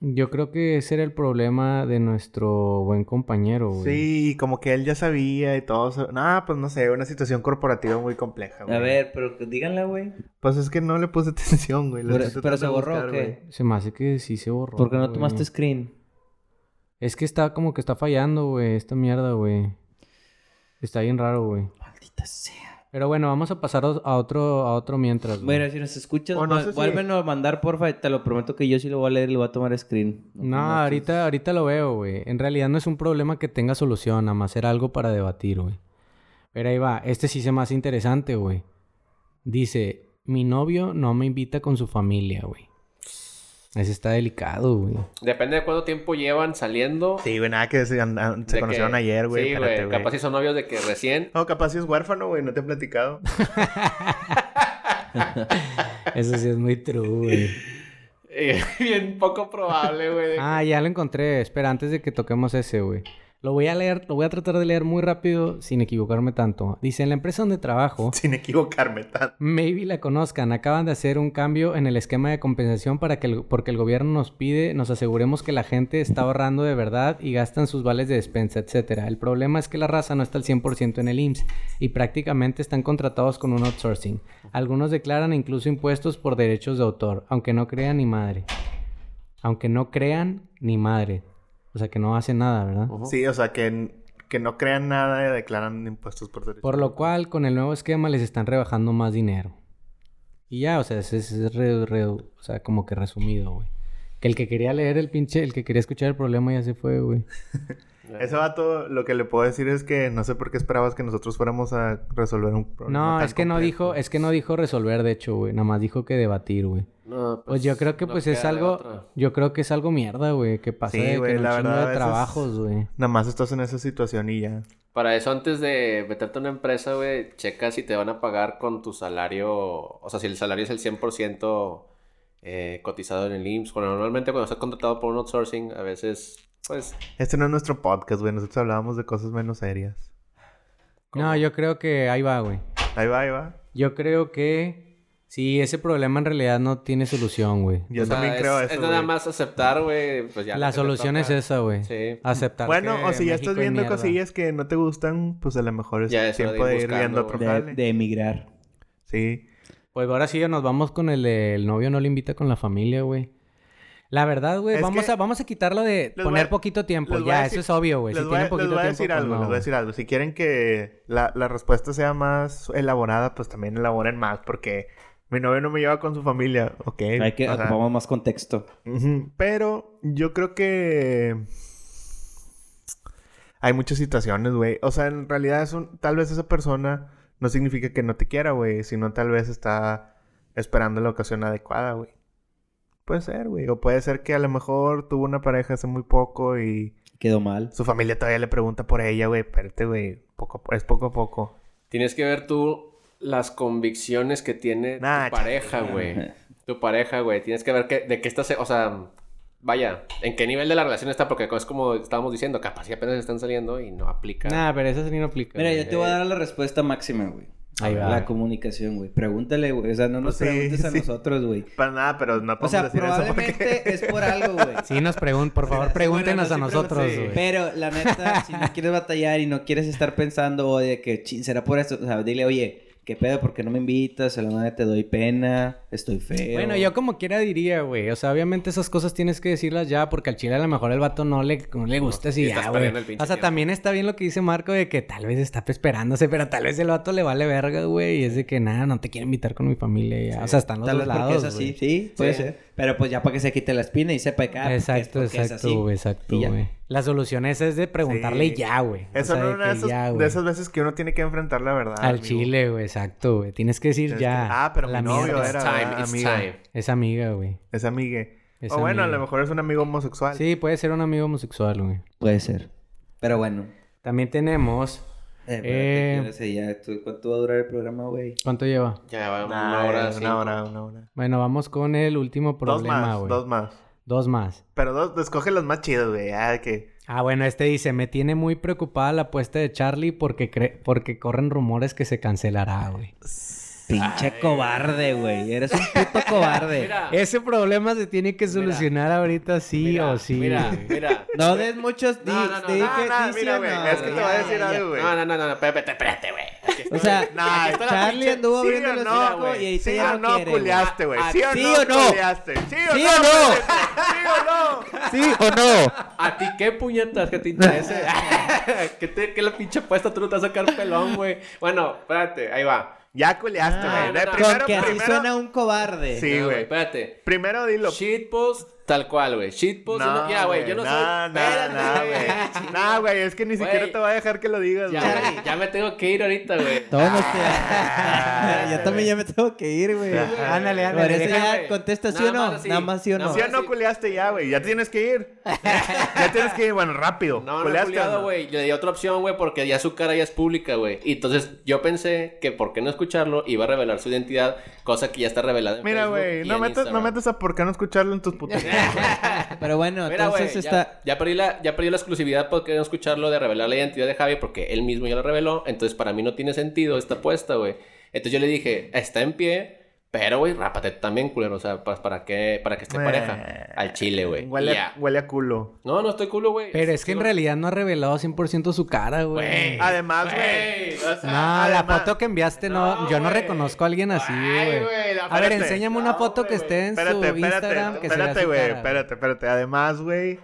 yo creo que ese era el problema de nuestro buen compañero, güey.
Sí, como que él ya sabía y todo. eso. No, pues no sé, una situación corporativa muy compleja, güey.
A ver, pero que- díganla, güey.
Pues es que no le puse atención, güey. lo
Pero,
estoy
pero se
tratando de
borró, ¿o
buscar,
¿qué?
Se me hace que sí se borró.
¿Por qué no
güey.
tomaste screen?
Es que está como que está fallando, güey. Esta mierda, güey. Está bien raro, güey.
Maldita sea.
Pero bueno, vamos a pasar o- a otro, a otro mientras. güey.
Bueno, si nos escuchas,
O no sé
vuel-
si-
vuélvenos a mandar, porfa. Te lo prometo que yo sí lo voy a leer y lo voy a tomar screen.
no, ahorita, ahorita lo veo, güey. En realidad no es un problema que tenga solución, nada más era algo para debatir, güey. Pero ahí va, este sí se me hace interesante, güey. Dice, mi novio no me invita con su familia, güey. Ese está delicado, güey.
Depende de cuánto tiempo llevan saliendo.
Sí, güey, nada que se, an- an- se
de
conocieron
que-
ayer, güey.
Sí,
espérate,
güey.
güey.
Capaz si son novios de que recién.
No, capaz si es huérfano, güey, no te he platicado.
Eso sí es muy true, güey.
eh, bien poco probable, güey.
Ah, ya lo encontré. Espera, antes de que toquemos ese, güey. Lo voy a leer, lo voy a tratar de leer muy rápido sin equivocarme tanto. Dice, en la empresa donde trabajo,
Sin equivocarme tanto.
maybe la conozcan, acaban de hacer un cambio en el esquema de compensación para que el- porque el gobierno nos pide, nos aseguremos que la gente está ahorrando de verdad y gastan sus vales de despensa, etcétera. El problema es que la raza no está al 100% en el IMSS y prácticamente están contratados con un outsourcing. Algunos declaran incluso impuestos por derechos de autor, aunque no crean ni madre. Aunque no crean ni madre. O sea que no hacen nada, ¿verdad?
Sí, o sea, que, n- que no crean nada y declaran impuestos por derecho.
Por lo cual, con el nuevo esquema les están rebajando más dinero. Y ya, o sea, es, es- es re- re- o sea, como que resumido, güey. Que el que quería leer el pinche, el que quería escuchar el problema ya se fue, güey.
Ese vato, lo que le puedo decir es que no sé por qué esperabas que nosotros fuéramos a resolver un problema.
No,
tan
es que no
complejo.
dijo, es que no dijo resolver, de hecho, güey. Nada más dijo que debatir, güey.
No,
Pues yo creo que
no
pues es
queda de
algo,
otra.
yo creo que es algo mierda, güey, que pasa
Sí,
de
güey,
que en un
la
chingo
verdad, a
de
veces-
trabajos, güey.
Nada más estás en esa situación y ya.
Para eso, antes de meterte a una empresa, güey, checa si te van a pagar con tu salario. O sea, si el salario es el 100% eh, cotizado en el IMSS. Bueno, normalmente cuando estás contratado por un outsourcing, a veces, pues.
Este no es nuestro podcast, güey. Nosotros hablábamos de cosas menos serias.
No, yo creo que ahí va, güey.
Ahí va, ahí va.
Yo creo que sí, ese problema en realidad no tiene solución, güey.
Yo
o sea,
también
es,
creo
es
eso.
nada
güey.
más aceptar, güey. Pues ya. lo
La
que te
solución
toca.
es esa, güey.
Sí.
Aceptar
Bueno,
que
o si ya estás
México es
viendo
mierda.
cosillas que no te gustan, pues a lo mejor es
Ya es hora de
tiempo
ir
de ir viendo
buscando,
otro
güey.
De,
jale.
de emigrar.
Sí.
Pues ahora sí ya nos vamos con el, de el novio no le invita con la familia, güey. La verdad, güey,
Es
vamos
que-
a, vamos a quitarlo de
Les voy
poner
a-
poquito tiempo.
les voy a
Ya,
decir-
eso es obvio, güey. Si
Les voy, a-
tienen poquito
les voy a
tiempo,
decir
pues no,
algo, les voy a
güey.
decir algo. Si quieren que la, la respuesta sea más elaborada, pues también elaboren más, porque mi novio no me lleva con su familia, ok.
Hay que
o sea,
ocupamos más contexto.
ujú, Pero yo creo que hay muchas situaciones, güey. O sea, en realidad es un- tal vez esa persona no significa que no te quiera, güey, sino tal vez está esperando la ocasión adecuada, güey. Puede ser, güey. O puede ser que a lo mejor tuvo una pareja hace muy poco y...
Quedó mal.
Su familia todavía le pregunta por ella, güey. Espérate, güey. Poco, a po- es poco a poco.
Tienes que ver tú las convicciones que tiene
Nah,
tu pareja, Ah, güey. Tu pareja, güey. Tienes que ver que, de qué estás... O sea, vaya, en qué nivel de la relación está. Porque es como estábamos diciendo, capaz que apenas están saliendo y no aplica.
Nah, pero eso sí no aplica.
Mira,
güey.
yo te voy a dar la respuesta máxima, güey.
Ahí va.
La comunicación, güey. Pregúntale, güey. O sea, no nos
Pues sí,
preguntes a
sí.
nosotros, güey.
Para nada, pero no
O
podemos
sea,
decir eso
probablemente es por algo, güey.
Sí, nos pregun por favor, pregúntenos a
sí,
nosotros,
sí.
güey.
Pero la oh, neta, si no quieres batallar y no quieres estar pensando o de que, chin, será por esto, o sea, dile, oye, ¿Qué pedo? ¿Por qué no me invitas? A la madre te doy pena, estoy feo.
Bueno, yo como quiera diría, güey. O sea, obviamente esas cosas tienes que decirlas ya, porque al chile a lo mejor el vato no le, no le gusta
y
así
estás
ya, güey.
perdiendo el pinche
O sea,
tiempo.
también está bien lo que dice Marco de que tal vez está esperándose, pero tal vez el vato le vale verga, güey. Y es de que nada, no te quiero invitar con mi familia ya. O sea, están los
Tal
dos
vez porque
lados.
es así,
güey.
sí, puede ser. Pero pues ya para que se quite la espina y sepa que ah, porque es
Exacto,
porque es
exacto,
así.
güey, exacto,
Y ya.
güey. La solución esa es de preguntarle
Sí.
y ya, güey. O
Eso
sea,
no
de
es una de
que
esas,
ya,
de
güey.
esas veces que uno tiene que enfrentar la verdad.
Al
amigo.
chile, güey, exacto, güey. Tienes que decir
Tienes que-
ya.
Ah, pero
La
mi novio
mierda.
era
It's
¿verdad,
time, it's
amiga?
time.
Es amiga, güey.
Es amigue.
Es
o bueno, a
amiga.
lo mejor es un amigo homosexual.
Sí, puede ser un amigo homosexual, güey.
Puede ser. Pero bueno.
También tenemos.
Eh,
Eh.
espérate, quiero decir, ya, ¿tú- ¿Cuánto va a durar el programa, güey?
¿Cuánto lleva?
Ya va
Nah,
una hora.
una
cinco.
hora, una hora.
Bueno, vamos con el último problema,
dos más,
güey.
dos más.
Dos más.
Pero dos, escoge los más chidos, güey. Ah, que...
Ah, bueno, este dice, me tiene muy preocupada la apuesta de Charlie porque, cre- porque corren rumores que se cancelará, güey.
Pinche cobarde, güey. Eres un puto cobarde.
Mira,
Ese problema se tiene que solucionar ahorita sí
mira,
o sí.
Mira,
güey.
mira.
No des muchos di,
No, no, no,
di
no,
que-
no,
di sí
Ah, mira,
o
güey,
no,
es que
güey.
te voy a decir algo, güey.
No, no, no, no, no, espérate, espérate, güey. Aquí estoy.
O sea,
Nah,
a
está la
Charlie
pinche-
anduvo
¿sí
abriendo
o
los
no,
ojos
güey?
y ahí
Sí
te
o no culeaste, güey.
Ah,
Sí o
¿sí
no
o no?
culeaste. Sí o
¿Sí
no.
o no?
pendejo? Sí o no.
¿Sí o no?
¿A ti qué puñetas que te interese? ¿Qué, te, ¿Qué la pinche apuesta tú no te vas a sacar pelón, güey? Bueno, espérate, ahí va.
Ya culeaste,
Ah,
güey. De
no, no.
primero,
Con que así
primero,
suena un cobarde.
Sí,
No,
güey.
Espérate.
primero dilo.
Shitpost, tal cual, güey. Shitpost, no, pues, ya, güey, yo no
nah,
soy.
Nah,
Espérate,
nah, güey. Nah, güey, es que ni
Güey.
siquiera te voy a dejar que lo digas, güey.
Ya, güey, ya me tengo que ir ahorita, güey.
Tómate.
Ah,
yo también ya me tengo que ir, güey.
Ajá.
Ándale,
Por
ándale.
eso
deja-
ya
déjame.
contesta sí
Nada
o no.
más así.
Nada más sí o
Nada
no.
¿Sí o no
sí.
culeaste ya, güey? Ya tienes que ir. ya tienes que ir, bueno, rápido.
No, no,
¿Culeaste o
culiado,
no?
güey. Le di otra opción, güey, porque ya su cara ya es pública, güey. Y entonces yo pensé que por qué no escucharlo iba a revelar su identidad, cosa que ya está revelada en
Mira,
Facebook
güey,
y
no
en
metas, no
Instagram.
metas a por qué no escucharlo en tus putas.
Pero bueno,
Mira, güey,
entonces
ya-
está.
ya, perdí la, ya perdí la exclusividad por querer escucharlo de revelar la identidad de Javi porque él mismo ya lo reveló. Entonces, para mí no tiene sentido esta apuesta, güey. Entonces, yo le dije, está en pie, pero, güey, rápate también, culero. O sea, pa- ¿para qué? Para que esté
Eh.
pareja. Al chile, güey.
huele,
Ya.
huele a culo.
No, no estoy culo, güey.
Pero es que en realidad no ha revelado 100% su cara, güey.
Güey.
Además, güey.
Güey, o sea,
No, la
además-
foto que enviaste no,
No,
yo no
güey.
reconozco a alguien así,
Ay,
güey.
güey, la-
A ver,
espérate.
enséñame una
No,
foto que
güey,
esté en
Espérate,
su Instagram
espérate,
que se vea
espérate,
su
güey,
cara,
espérate, espérate. Además, güey,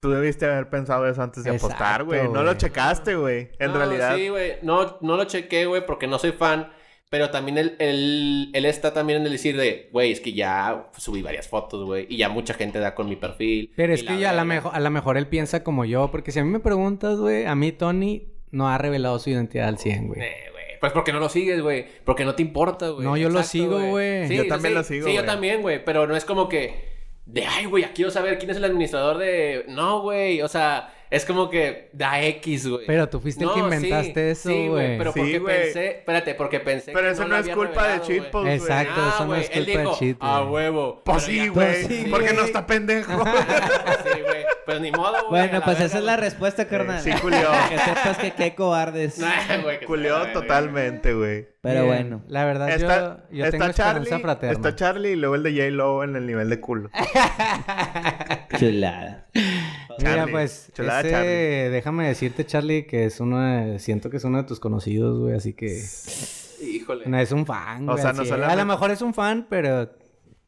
tú debiste haber pensado eso antes de
Exacto,
apostar, güey. No
güey.
lo checaste, güey. En
no,
realidad.
Sí, güey. No, no lo chequé, güey, porque no soy fan. Pero también él, él, él está también en el decir de, güey, es que ya subí varias fotos, güey. Y ya mucha gente da con mi perfil.
Pero
y
es
la
que ya a lo
verga.
mejor, a lo mejor él piensa como yo, porque si a mí me preguntas, güey, a mí Tony no ha revelado su identidad al 100, güey.
Eh, güey, Pues porque no lo sigues, güey. Porque no te importa, güey.
No, yo lo sigo, güey.
Yo también lo sigo,
Sí, yo
güey.
también, güey. Pero no es como que. De ay, güey, ya quiero saber quién es el administrador de. No, güey. O sea, es como que da X, güey.
Pero tú fuiste el que inventaste eso, güey.
pero
Sí,
porque
güey.
pensé. Espérate, porque pensé.
Pero
que
eso
lo
no es
había
culpa de pues,
revelado, güey.
Chitpos, güey.
Exacto,
Ah,
eso no
güey,
es
él
culpa del
dijo,
chiste.
A huevo.
Pues
Pero ya-
sí, güey.
sí,
porque no
güey.
está pendejo.
Sí, güey. Pues ni modo, güey. a
Bueno,
la
pues
verga,
esa es la
güey.
respuesta, carnal.
sí, culió.
que sepas que qué cobardes.
Nah, güey, que se la
Culeó
verga.
totalmente, güey.
Pero
Bien,
bueno.
La verdad,
Está,
yo, yo
está
tengo esperanza
Charlie,
fraterna.
está Charlie y luego el de J. Lo en el nivel de culo.
Chulada.
Mira,
Charlie.
pues,
Chulada,
ese-
Charlie.
déjame decirte, Charlie, que es uno de- siento que es uno de tus conocidos, güey, así que
Híjole.
no es un fan,
O
güey,
sea, no
así-
solamente-
A lo mejor es un fan, pero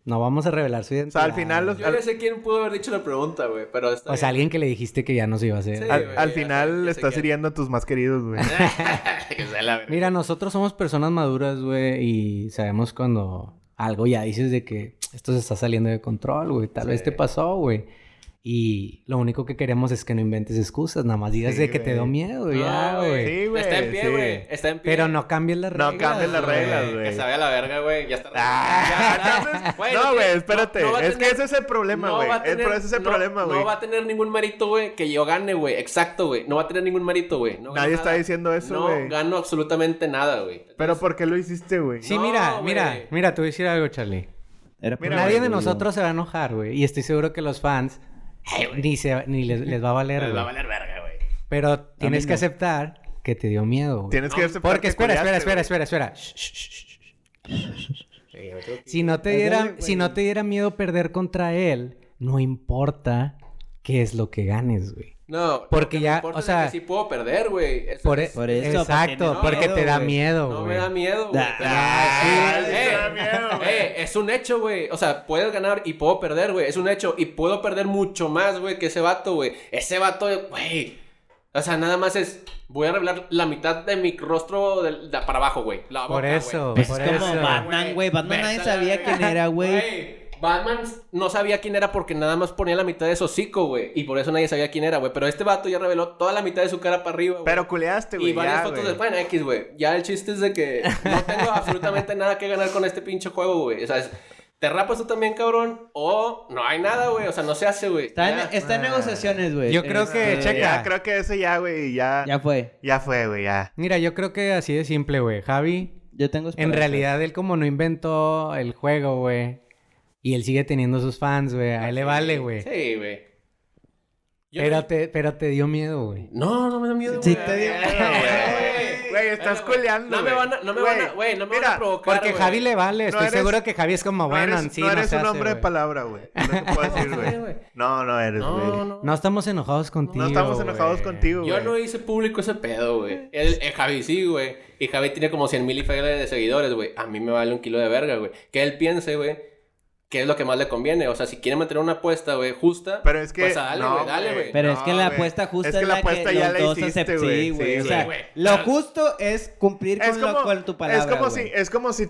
no vamos a revelar su identidad.
al final los-
güey.
Yo no sé quién pudo haber dicho la pregunta, güey. Pero está
O sea,
bien.
alguien que le dijiste que ya no se iba a hacer.
Sí,
Al,
güey,
al
ya sé-
final
ya sé
estás
que-
hiriendo a tus más queridos, güey.
Que sea la verga.
Mira, nosotros somos personas maduras, güey, y sabemos cuando algo ya dices de que esto se está saliendo de control, güey, tal vez te pasó, güey. Y lo único que queremos es que no inventes excusas, nada más digas
Sí,
de que te
güey.
dio miedo,
No,
ya, güey.
Sí, güey.
Está en pie,
sí.
güey. Está en pie.
Pero no cambies las
No
reglas.
cambies las
güey.
reglas, güey.
Que sabe a la verga, güey. Ya está.
Ah,
Ya,
entonces-
güey,
no,
tiene-
güey, espérate.
no- no va a
es
tener-
que ese es el problema,
no
güey.
va a
Es-
tener-
pero ese es el
no-
problema, güey.
No va a tener ningún mérito, güey, que yo gane, güey. Exacto, güey. No va a tener ningún mérito, güey. No gano
Nadie está
nada.
diciendo eso, güey.
No gano absolutamente nada, güey.
Pero ¿por qué lo hiciste, güey?
Sí,
No,
mira,
güey.
mira, mira, te voy a decir algo, Charlie.
Era Pues por
Mira,
Nadie de
orgullo.
nosotros se va a enojar, güey. Y estoy seguro que los fans eh, ni, se, ni les, les va a valer,
Les va a
güey.
valer verga, güey.
Pero tienes que
no.
aceptar que te dio miedo, güey.
Tienes que aceptar
Porque
que
espera, espera,
culiaste,
espera,
güey.
espera, espera. Shh, shh, shh, shh. Si no te diera, si no te diera miedo perder contra él, no importa qué es lo que ganes, güey.
No,
Porque ya,
importa
o
es
sea,
que sí puedo perder, güey. Eso
Por,
es-
por
Por
eso.
eso,
Exacto,
porque
porque
no
te
miedo,
da
güey.
miedo,
No me
güey.
da miedo, güey.
Da-
Ah,
da-
sí,
sí,
eh,
da miedo, güey.
eh, es un hecho, güey. O sea, puedes ganar y puedo perder, güey. Es un hecho. Y puedo perder mucho más, güey, que ese vato, güey. Ese vato, güey. O sea, nada más es. Voy a revelar la mitad de mi rostro de- de- para abajo, güey. La
Por
boca, güey.
eso,
Pues
por
es como
eso.
Batman, güey. Batman nadie
Vete a la
sabía
verga.
quién era, güey.
Güey, Batman no sabía quién era porque nada más ponía la mitad de su hocico, güey. Y por eso nadie sabía quién era, güey. Pero este vato ya reveló toda la mitad de su cara para arriba, güey.
Pero culeaste, güey.
eh. Y varias
ya,
fotos
güey.
de Bueno, X, güey. Ya el chiste es de que no tengo absolutamente nada que ganar con este pinche juego, güey. O sea, es- te rapas tú también, cabrón. O no hay nada, güey. O sea, no se hace, güey.
Está en,
Ya.
está en negociaciones, güey.
Yo creo que,
Este,
checa.
Ya, creo que eso ya, güey, ya, ya.
Ya fue.
fue, güey, ya.
Mira, yo creo que así de simple, güey. Javi,
Yo tengo
en
esperanza.
realidad él como no inventó el juego, güey. Y él sigue teniendo sus fans, güey. A él le vale, güey.
Sí, güey. Yo-
Pero te, pero te dio miedo, güey.
No, no me da miedo,
Sí,
güey.
te digo,
güey. Güey, estás
Bueno, güey.
culeando,
No me
güey.
van a, no me van a,
Güey,
güey, no me
mira,
van a provocar.
Porque
güey.
Javi le vale. Estoy
eres-
seguro que Javi es como, bueno,
no
en
eres,
sí
no
no
eres
se
un
hace,
hombre de
güey".
palabra, güey. No te puedo decir, güey. No, no eres, güey.
No,
No,
no.
No estamos enojados contigo.
estamos enojados
güey.
contigo,
Yo
güey.
no hice público ese pedo, güey. El, el Javi sí, güey. Y Javi tiene como 100 mil de seguidores, güey. A mí me vale un kilo de verga, güey. Que él piense, güey, qué es lo que más le conviene. O sea, si quiere mantener una apuesta, güey, justa.
Pero es que.
Pues dale,
no,
güey, dale, güey.
Pero es
No,
que la
güey.
apuesta justa
Es que la apuesta ya
los
la
dos
hiciste,
acep-
güey.
Sí, güey.
Sí,
o sea,
güey.
lo justo es cumplir con, lo, con tu palabra,
es como
güey.
si es como si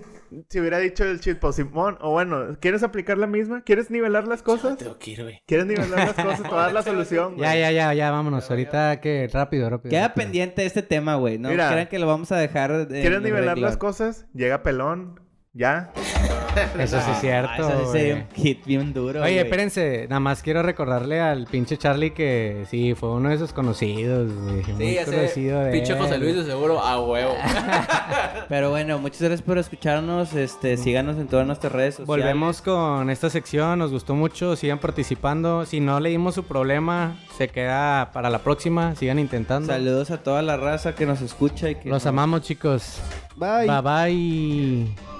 si hubiera dicho el chip Simón o bueno quieres aplicar la misma quieres nivelar las cosas
Tengo que ir, güey.
quieres nivelar las cosas te voy a dar la solución
Ya,
güey.
ya, ya, ya, vámonos. Ahorita que rápido, rápido.
Queda
rápido.
pendiente este tema, güey. No
Mira.
crean que lo vamos a dejar. de-
quieres
en
nivelar
renglón.
las cosas llega pelón ya
Eso sí es
Ah,
cierto.
Eso sí
güey.
sería un hit bien duro.
Oye,
güey.
espérense, nada más quiero recordarle al pinche Charlie que sí, fue uno de sus conocidos, güey. muy
Sí,
conocido
ese
de
pinche
eh.
él.
José Luis de seguro a huevo.
Pero bueno, muchas gracias por escucharnos. Este, síganos en todas nuestras redes sociales.
Volvemos con esta sección, nos gustó mucho, sigan participando. Si no leímos su problema, se queda para la próxima, sigan intentando.
Saludos a toda la raza que nos escucha y que
Los
nos-
amamos, chicos.
Bye.
bye. bye.